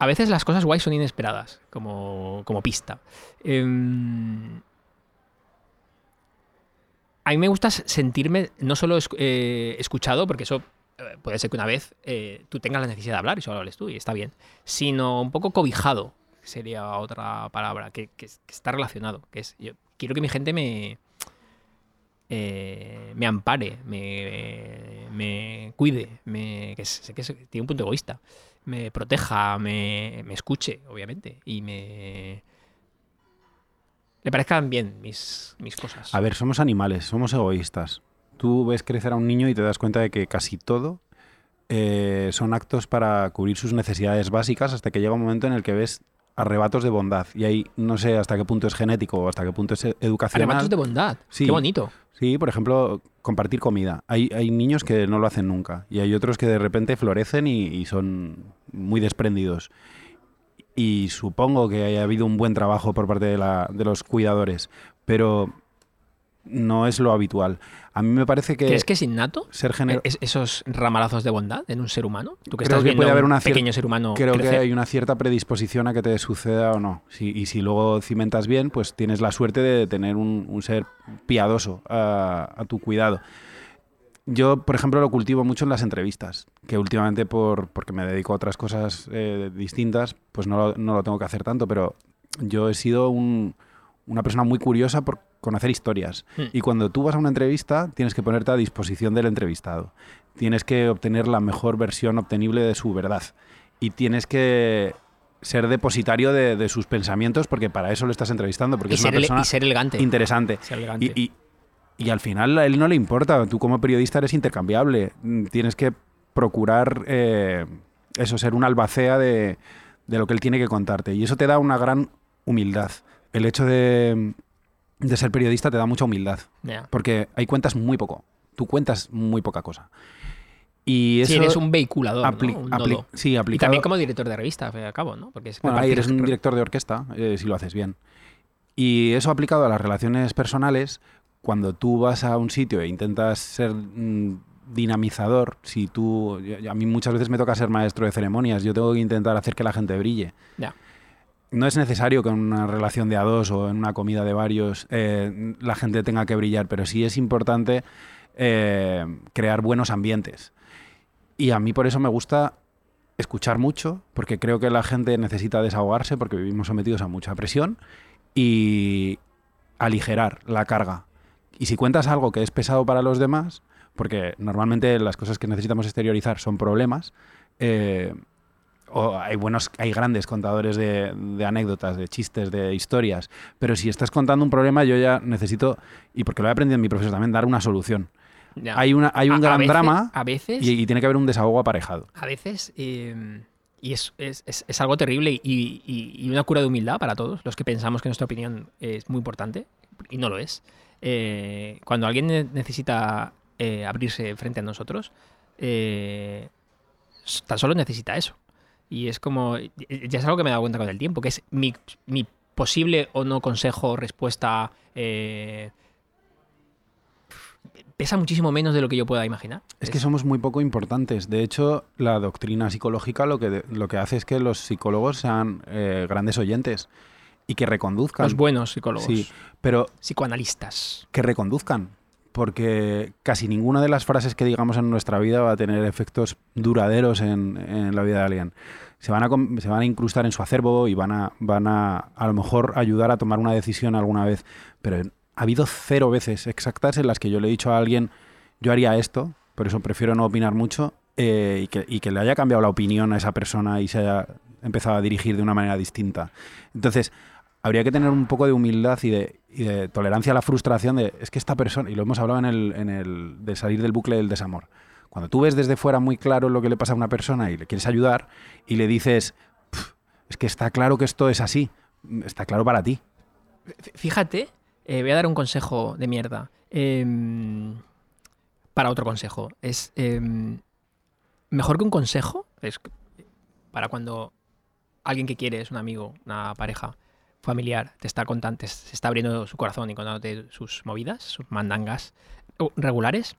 Speaker 1: A veces las cosas guays son inesperadas, como, como pista. Em, a mí me gusta s- sentirme no solo escu- eh, escuchado, porque eso eh, puede ser que una vez eh, tú tengas la necesidad de hablar y solo hables tú y está bien, sino un poco cobijado, sería otra palabra, que, que es- que está relacionado, que es, yo quiero que mi gente me, eh, me ampare, me, me cuide, me, que sé que es- tiene un punto egoísta, me proteja, me, me escuche, obviamente, y me... Le parezcan bien mis, mis cosas.
Speaker 2: A ver, somos animales, somos egoístas. Tú ves crecer a un niño y te das cuenta de que casi todo eh, son actos para cubrir sus necesidades básicas hasta que llega un momento en el que ves arrebatos de bondad. Y ahí no sé hasta qué punto es genético o hasta qué punto es e- educacional.
Speaker 1: Arrebatos de bondad.
Speaker 2: Sí.
Speaker 1: Qué bonito.
Speaker 2: Sí, por ejemplo, compartir comida. Hay, hay niños que no lo hacen nunca y hay otros que de repente florecen y, y son muy desprendidos. Y supongo que haya habido un buen trabajo por parte de, la- de los cuidadores, pero no es lo habitual. A mí me parece que,
Speaker 1: ¿Crees que es innato?
Speaker 2: ser gener-
Speaker 1: ¿Es- esos ramalazos de bondad en un ser humano? Tú
Speaker 2: Creo
Speaker 1: que estás
Speaker 2: que
Speaker 1: viendo
Speaker 2: puede haber
Speaker 1: un
Speaker 2: una cier-
Speaker 1: pequeño ser humano
Speaker 2: Creo que
Speaker 1: crecer.
Speaker 2: hay una cierta predisposición a que te suceda o no. Si- y si luego cimentas bien, pues tienes la suerte de tener un, un ser piadoso a, a tu cuidado. Yo, por ejemplo, lo cultivo mucho en las entrevistas, que últimamente por, porque me dedico a otras cosas eh, distintas, pues no lo, no lo tengo que hacer tanto, pero yo he sido un- una persona muy curiosa por conocer historias.
Speaker 1: Hmm.
Speaker 2: Y cuando tú vas a una entrevista, tienes que ponerte a disposición del entrevistado. Tienes que obtener la mejor versión obtenible de su verdad. Y tienes que ser depositario de, de sus pensamientos, porque para eso lo estás entrevistando, porque
Speaker 1: y,
Speaker 2: es una
Speaker 1: ser ele-
Speaker 2: persona
Speaker 1: y ser elegante.
Speaker 2: interesante.
Speaker 1: Ser elegante.
Speaker 2: Y, y- y al final a él no le importa. Tú como periodista eres intercambiable. Mm, Tienes que procurar eh, eso, ser una albacea de, de lo que él tiene que contarte. Y eso te da una gran humildad. el hecho de, de ser periodista te da mucha humildad,
Speaker 1: Ya.
Speaker 2: porque hay cuentas muy poco, tú cuentas muy poca cosa. Y eso
Speaker 1: Sí, eres un vehiculador,
Speaker 2: apli-
Speaker 1: ¿no? Un
Speaker 2: apli-
Speaker 1: nodo.
Speaker 2: sí,
Speaker 1: Y
Speaker 2: aplicado.
Speaker 1: también como director de revista, al fin y al cabo, ¿no? Porque es
Speaker 2: Bueno, ahí
Speaker 1: repartir-
Speaker 2: eres un director de orquesta, eh, si lo haces bien. Y eso aplicado a las relaciones personales, cuando tú vas a un sitio e intentas ser mm, dinamizador, si tú. yo- A mí muchas veces me toca ser maestro de ceremonias, yo tengo que intentar hacer que la gente brille.
Speaker 1: Ya.
Speaker 2: No es necesario que en una relación de a dos o en una comida de varios eh, la gente tenga que brillar, pero sí es importante eh, crear buenos ambientes. Y a mí por eso me gusta escuchar mucho, porque creo que la gente necesita desahogarse, porque vivimos sometidos a mucha presión, y aligerar la carga. Y si cuentas algo que es pesado para los demás, porque normalmente las cosas que necesitamos exteriorizar son problemas, eh, o hay buenos, hay grandes contadores de, de anécdotas, de chistes, de historias, pero si estás contando un problema, yo ya necesito, y porque lo he aprendido en mi profesor también, dar una solución.
Speaker 1: Ya.
Speaker 2: Hay, una, hay un
Speaker 1: A- a
Speaker 2: gran
Speaker 1: veces-
Speaker 2: drama
Speaker 1: A veces
Speaker 2: y, y tiene que haber un desahogo aparejado.
Speaker 1: A veces, eh, y es, es- es- es algo terrible y, y- y una cura de humildad para todos, los que pensamos que nuestra opinión es muy importante, y no lo es. Eh, cuando alguien ne- necesita eh, abrirse frente a nosotros, eh, s- tan solo necesita eso. Y es como, y- y- ya es algo que me he dado cuenta con el tiempo, que es mi, mi posible o no consejo, respuesta, eh, pesa muchísimo menos de lo que yo pueda imaginar.
Speaker 2: Es que somos muy poco importantes. De hecho, la doctrina psicológica lo que, lo que hace es que los psicólogos sean eh, grandes oyentes y que reconduzcan.
Speaker 1: los buenos psicólogos.
Speaker 2: Sí, pero
Speaker 1: psicoanalistas.
Speaker 2: que reconduzcan. Porque casi ninguna de las frases que digamos en nuestra vida va a tener efectos duraderos en, en la vida de alguien. Se van, a, com- se van a incrustar en su acervo y van, a, van a a lo mejor ayudar a tomar una decisión alguna vez. Pero ha habido cero veces exactas en las que yo le he dicho a alguien, yo haría esto, por eso prefiero no opinar mucho, eh, y, que, y que le haya cambiado la opinión a esa persona y se haya empezado a dirigir de una manera distinta. Entonces, habría que tener un poco de humildad y de, y de tolerancia a la frustración de, es que esta persona, y lo hemos hablado en el, en el de salir del bucle del desamor, cuando tú ves desde fuera muy claro lo que le pasa a una persona y le quieres ayudar y le dices, "Pf, es que está claro que esto es así, está claro para ti.
Speaker 1: F- Fíjate, eh, voy a dar un consejo de mierda. em, para otro consejo. Es em, mejor que un consejo. Es que- para cuando alguien que quieres, un amigo, una pareja, familiar, te está contando, te se está abriendo su corazón y contándote sus movidas, sus mandangas o regulares.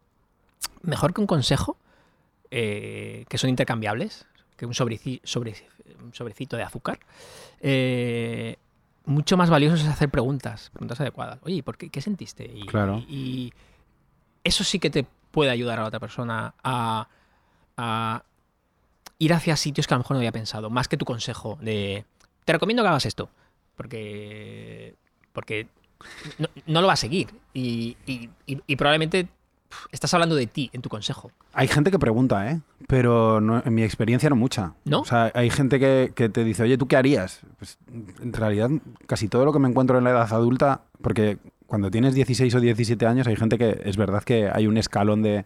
Speaker 1: Mejor que un consejo, eh, que son intercambiables, que un, sobreci- sobre- un sobrecito de azúcar. eh, mucho más valioso es hacer preguntas, preguntas adecuadas. Oye, ¿y ¿por qué, qué sentiste? Y,
Speaker 2: Claro.
Speaker 1: y- y eso sí que te puede ayudar a la otra persona a, a ir hacia sitios que a lo mejor no había pensado, más que tu consejo de te recomiendo que hagas esto, porque porque no, no lo va a seguir y, y- y- y probablemente pf, estás hablando de ti en tu consejo.
Speaker 2: Hay gente que pregunta, ¿eh? Pero no- en mi experiencia no mucha.
Speaker 1: ¿No?
Speaker 2: O sea, hay gente que, que te dice, oye, ¿tú qué harías? Pues en realidad casi todo lo que me encuentro en la edad adulta, porque cuando tienes 16 o 17 años hay gente que, es verdad que hay un escalón de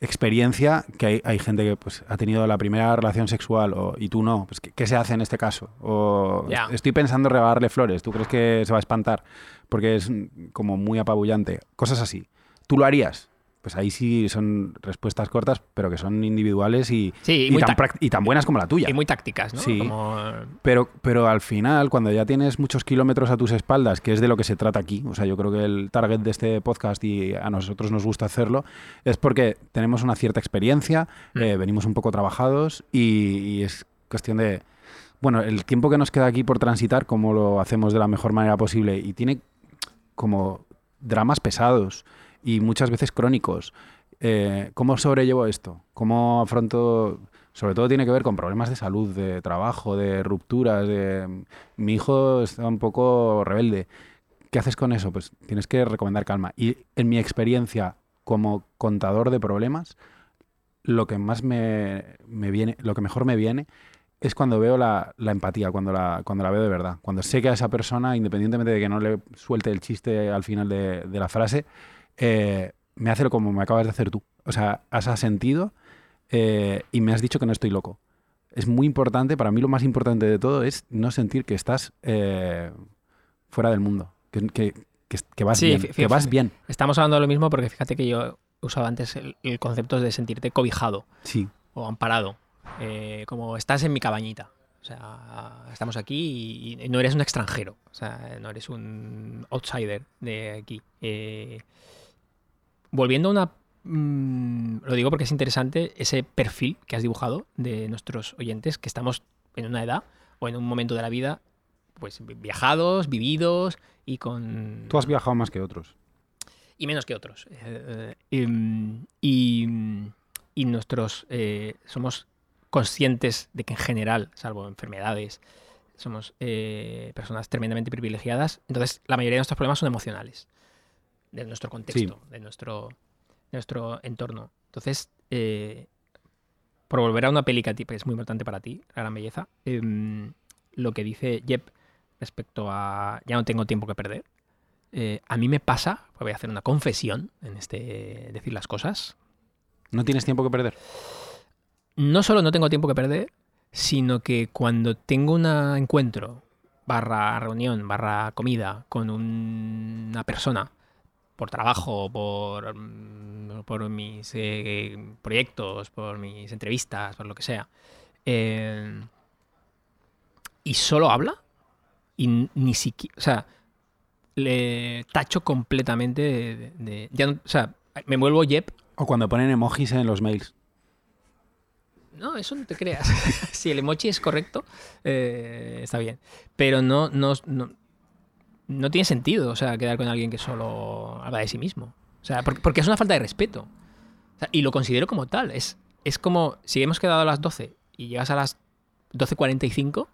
Speaker 2: experiencia, que hay, hay gente que pues, ha tenido la primera relación sexual o- y tú no, pues ¿qué, qué se hace en este caso? O
Speaker 1: Ya.
Speaker 2: estoy pensando regalarle flores, ¿tú crees que se va a espantar? Porque es mm, como muy apabullante, cosas así. ¿Tú lo harías? Pues ahí sí son respuestas cortas, pero que son individuales y,
Speaker 1: Sí, y,
Speaker 2: y
Speaker 1: muy,
Speaker 2: tan
Speaker 1: tac-
Speaker 2: prac- y tan buenas como la tuya.
Speaker 1: y muy tácticas, ¿no?
Speaker 2: Sí.
Speaker 1: Como, eh,
Speaker 2: Pero, pero al final, cuando ya tienes muchos kilómetros a tus espaldas, que es de lo que se trata aquí, o sea, yo creo que el target de este podcast y a nosotros nos gusta hacerlo, es porque tenemos una cierta experiencia,
Speaker 1: Mm.
Speaker 2: eh, venimos un poco trabajados y, y es cuestión de, bueno, el tiempo que nos queda aquí por transitar, cómo lo hacemos de la mejor manera posible y tiene como dramas pesados y muchas veces crónicos. Eh, ¿Cómo sobrellevo esto? ¿Cómo afronto sobre todo tiene que ver con problemas de salud, de trabajo, de rupturas, de mi hijo está un poco rebelde. ¿Qué haces con eso? Pues tienes que recomendar calma. Y en mi experiencia como contador de problemas, lo que más me, me viene, lo que mejor me viene es cuando veo la, la empatía, cuando la, cuando la veo de verdad. Cuando sé que a esa persona, independientemente de que no le suelte el chiste al final de, de la frase, eh, me hace lo como me acabas de hacer tú. O sea, has asentido eh, y me has dicho que no estoy loco. Es muy importante, para mí lo más importante de todo es no sentir que estás eh, fuera del mundo. Que, que- que- que vas
Speaker 1: Sí,
Speaker 2: bien.
Speaker 1: fí-
Speaker 2: que vas
Speaker 1: fíjate.
Speaker 2: bien.
Speaker 1: Estamos hablando de lo mismo porque fíjate que yo he usado antes el, el concepto de sentirte cobijado
Speaker 2: Sí.
Speaker 1: o amparado. Eh, como estás en mi cabañita. O sea, estamos aquí y, y no eres un extranjero. O sea, no eres un outsider de aquí. Eh, volviendo a una. mm, lo digo porque es interesante ese perfil que has dibujado de nuestros oyentes, que estamos en una edad o en un momento de la vida, pues vi- viajados, vividos y con.
Speaker 2: Tú has viajado más que otros.
Speaker 1: y menos que otros. Eh, eh, em, y, y nosotros eh, somos conscientes de que en general, salvo enfermedades, somos eh, personas tremendamente privilegiadas. Entonces, la mayoría de nuestros problemas son emocionales, de nuestro contexto, de, nuestro, de nuestro entorno. Entonces, eh, por volver a una peli que a ti- que es muy importante para ti, La Gran Belleza, em, lo que dice Jep respecto a ya no tengo tiempo que perder, eh, a mí me pasa, voy a hacer una confesión en este decir las cosas,
Speaker 2: No tienes tiempo que perder.
Speaker 1: no solo no tengo tiempo que perder, sino que cuando tengo un encuentro, barra reunión, barra comida con un- una persona, por trabajo, por, mm, por mis eh, proyectos, por mis entrevistas, por lo que sea, eh, y solo habla, y n- ni siquiera, o sea, le tacho completamente de... de- de- ya no- o sea, me vuelvo Jep
Speaker 2: O cuando ponen emojis en los mails.
Speaker 1: no, eso no te creas. si el emoji es correcto, eh, está bien. Pero no, no, no, no tiene sentido, o sea, quedar con alguien que solo habla de sí mismo. O sea, porque, porque es una falta de respeto. O sea, y lo considero como tal. Es, es como si hemos quedado a las 12 y llegas a las 12.45,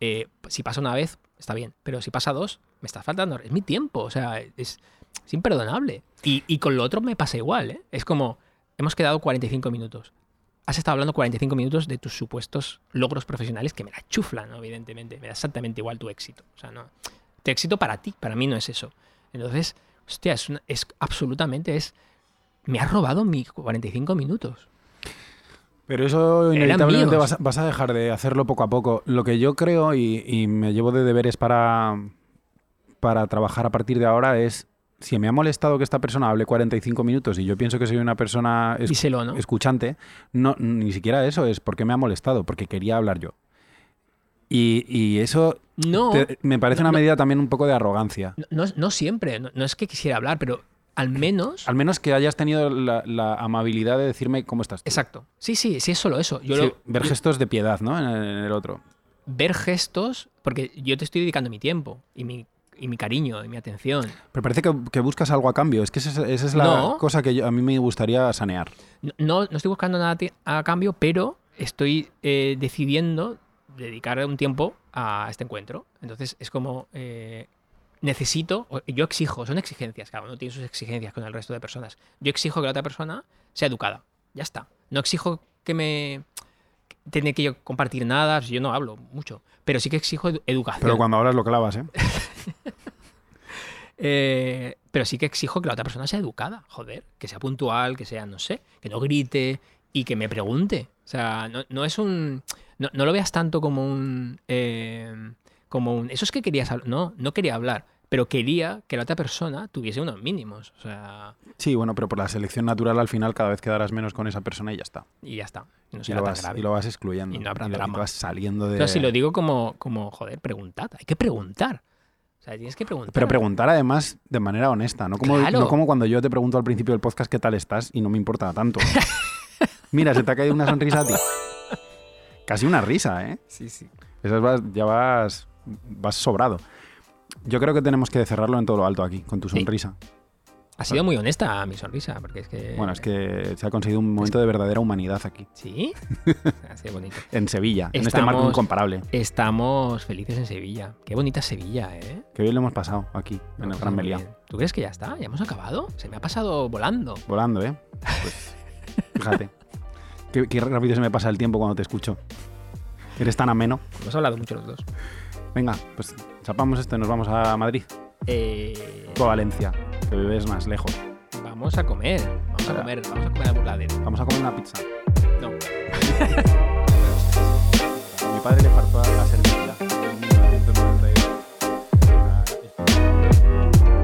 Speaker 1: eh, si pasa una vez, está bien. Pero si pasa dos, me estás faltando. Es mi tiempo, o sea, es, es imperdonable. Y, y con lo otro me pasa igual, ¿eh? Es como, hemos quedado 45 minutos has estado hablando 45 minutos de tus supuestos logros profesionales que me la chuflan, evidentemente. Me da exactamente igual tu éxito. O sea, no. Tu éxito para ti, para mí no es eso. Entonces, hostia, es, una- es absolutamente es. Me has robado mis 45 minutos.
Speaker 2: Pero eso
Speaker 1: Eran
Speaker 2: inevitablemente
Speaker 1: míos.
Speaker 2: vas, a- vas a dejar de hacerlo poco a poco. Lo que yo creo y, y me llevo de deberes para, para trabajar a partir de ahora es, si me ha molestado que esta persona hable 45 minutos y yo pienso que soy una persona es-
Speaker 1: Díselo, ¿no?
Speaker 2: escuchante, no, ni siquiera eso es porque me ha molestado, porque quería hablar yo. Y, y eso
Speaker 1: no,
Speaker 2: te- me parece
Speaker 1: no,
Speaker 2: una
Speaker 1: no.
Speaker 2: medida también un poco de arrogancia.
Speaker 1: no, no- no siempre. No, no es que quisiera hablar, pero al menos.
Speaker 2: Al menos que hayas tenido la, la amabilidad de decirme cómo estás. tú.
Speaker 1: Exacto. Sí, sí, sí, es solo eso. Yo
Speaker 2: Sí,
Speaker 1: lo-
Speaker 2: ver gestos de piedad, ¿no? En el, en el otro.
Speaker 1: ver gestos, porque yo te estoy dedicando mi tiempo y mi, y mi cariño y mi atención.
Speaker 2: Pero parece que, que buscas algo a cambio. Es que esa, es- esa es la
Speaker 1: No.
Speaker 2: cosa que yo- a mí me gustaría sanear.
Speaker 1: No- No, no estoy buscando nada ti- a cambio, pero estoy eh, decidiendo dedicar un tiempo a este encuentro. Entonces es como eh, necesito, o- yo exijo, son exigencias, cada uno tiene sus exigencias con el resto de personas. Yo exijo que la otra persona sea educada, ya está. No exijo que me tener que yo compartir nada, si yo no hablo mucho, pero sí que exijo edu- educación.
Speaker 2: Pero cuando hablas lo clavas, ¿eh?
Speaker 1: Eh, pero sí que exijo que la otra persona sea educada, joder, que sea puntual, que sea, no sé, que no grite y que me pregunte. O sea, no, no es un. No, no lo veas tanto como un. eh, como un. Eso es que querías hablar. No, no quería hablar, pero quería que la otra persona tuviese unos mínimos. O sea,
Speaker 2: Sí, bueno, pero por la selección natural al final cada vez quedarás menos con esa persona y ya está.
Speaker 1: y ya está. No
Speaker 2: y,
Speaker 1: será
Speaker 2: lo
Speaker 1: tan
Speaker 2: vas,
Speaker 1: grave.
Speaker 2: y lo vas excluyendo.
Speaker 1: Y no habrá
Speaker 2: lo-
Speaker 1: drama.
Speaker 2: lo vas saliendo de...
Speaker 1: No, si lo digo como, como, joder, preguntad. Hay que preguntar. O sea, tienes que preguntar.
Speaker 2: Pero preguntar además de manera honesta, no como,
Speaker 1: Claro.
Speaker 2: no como cuando yo te pregunto al principio del podcast qué tal estás y no me importa tanto. Mira, se te ha caído una sonrisa a ti. Casi una risa, ¿eh?
Speaker 1: Sí, sí.
Speaker 2: Esas vas- ya vas, vas sobrado. Yo creo que tenemos que cerrarlo en todo lo alto aquí, con tu
Speaker 1: Sí.
Speaker 2: sonrisa.
Speaker 1: Ha sido muy honesta mi sonrisa, porque es que.
Speaker 2: Bueno, es
Speaker 1: eh,
Speaker 2: que se ha conseguido un momento de verdadera humanidad aquí,
Speaker 1: Sí. Ha sido bonito.
Speaker 2: en Sevilla, en este
Speaker 1: Estamos-
Speaker 2: marco incomparable.
Speaker 1: Estamos felices en Sevilla. Qué bonita Sevilla, ¿eh?
Speaker 2: Que bien lo hemos pasado aquí, en
Speaker 1: Lo
Speaker 2: el
Speaker 1: pasamos
Speaker 2: Gran
Speaker 1: muy
Speaker 2: Meliá.
Speaker 1: bien. ¿Tú crees que ya está? ¿Ya hemos acabado? Se me ha pasado volando.
Speaker 2: Volando, ¿eh? Pues, fíjate. Qué, qué rápido se me pasa el tiempo cuando te escucho. Eres tan ameno.
Speaker 1: Hemos hablado mucho los dos.
Speaker 2: Venga, pues chapamos esto y nos vamos a Madrid
Speaker 1: Eh,
Speaker 2: o a Valencia, que vives más lejos.
Speaker 1: vamos a comer. Vamos a
Speaker 2: Ahora.
Speaker 1: comer. Vamos a comer a Burladero.
Speaker 2: Vamos a comer una pizza.
Speaker 1: No.
Speaker 2: Mi padre le faltó a pues, la servidumbre en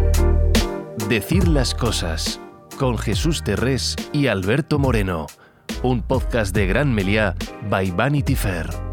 Speaker 2: 1992.
Speaker 3: Decir las cosas con Jesús Terrés y Alberto Moreno, un podcast de Gran Meliá by Vanity Fair.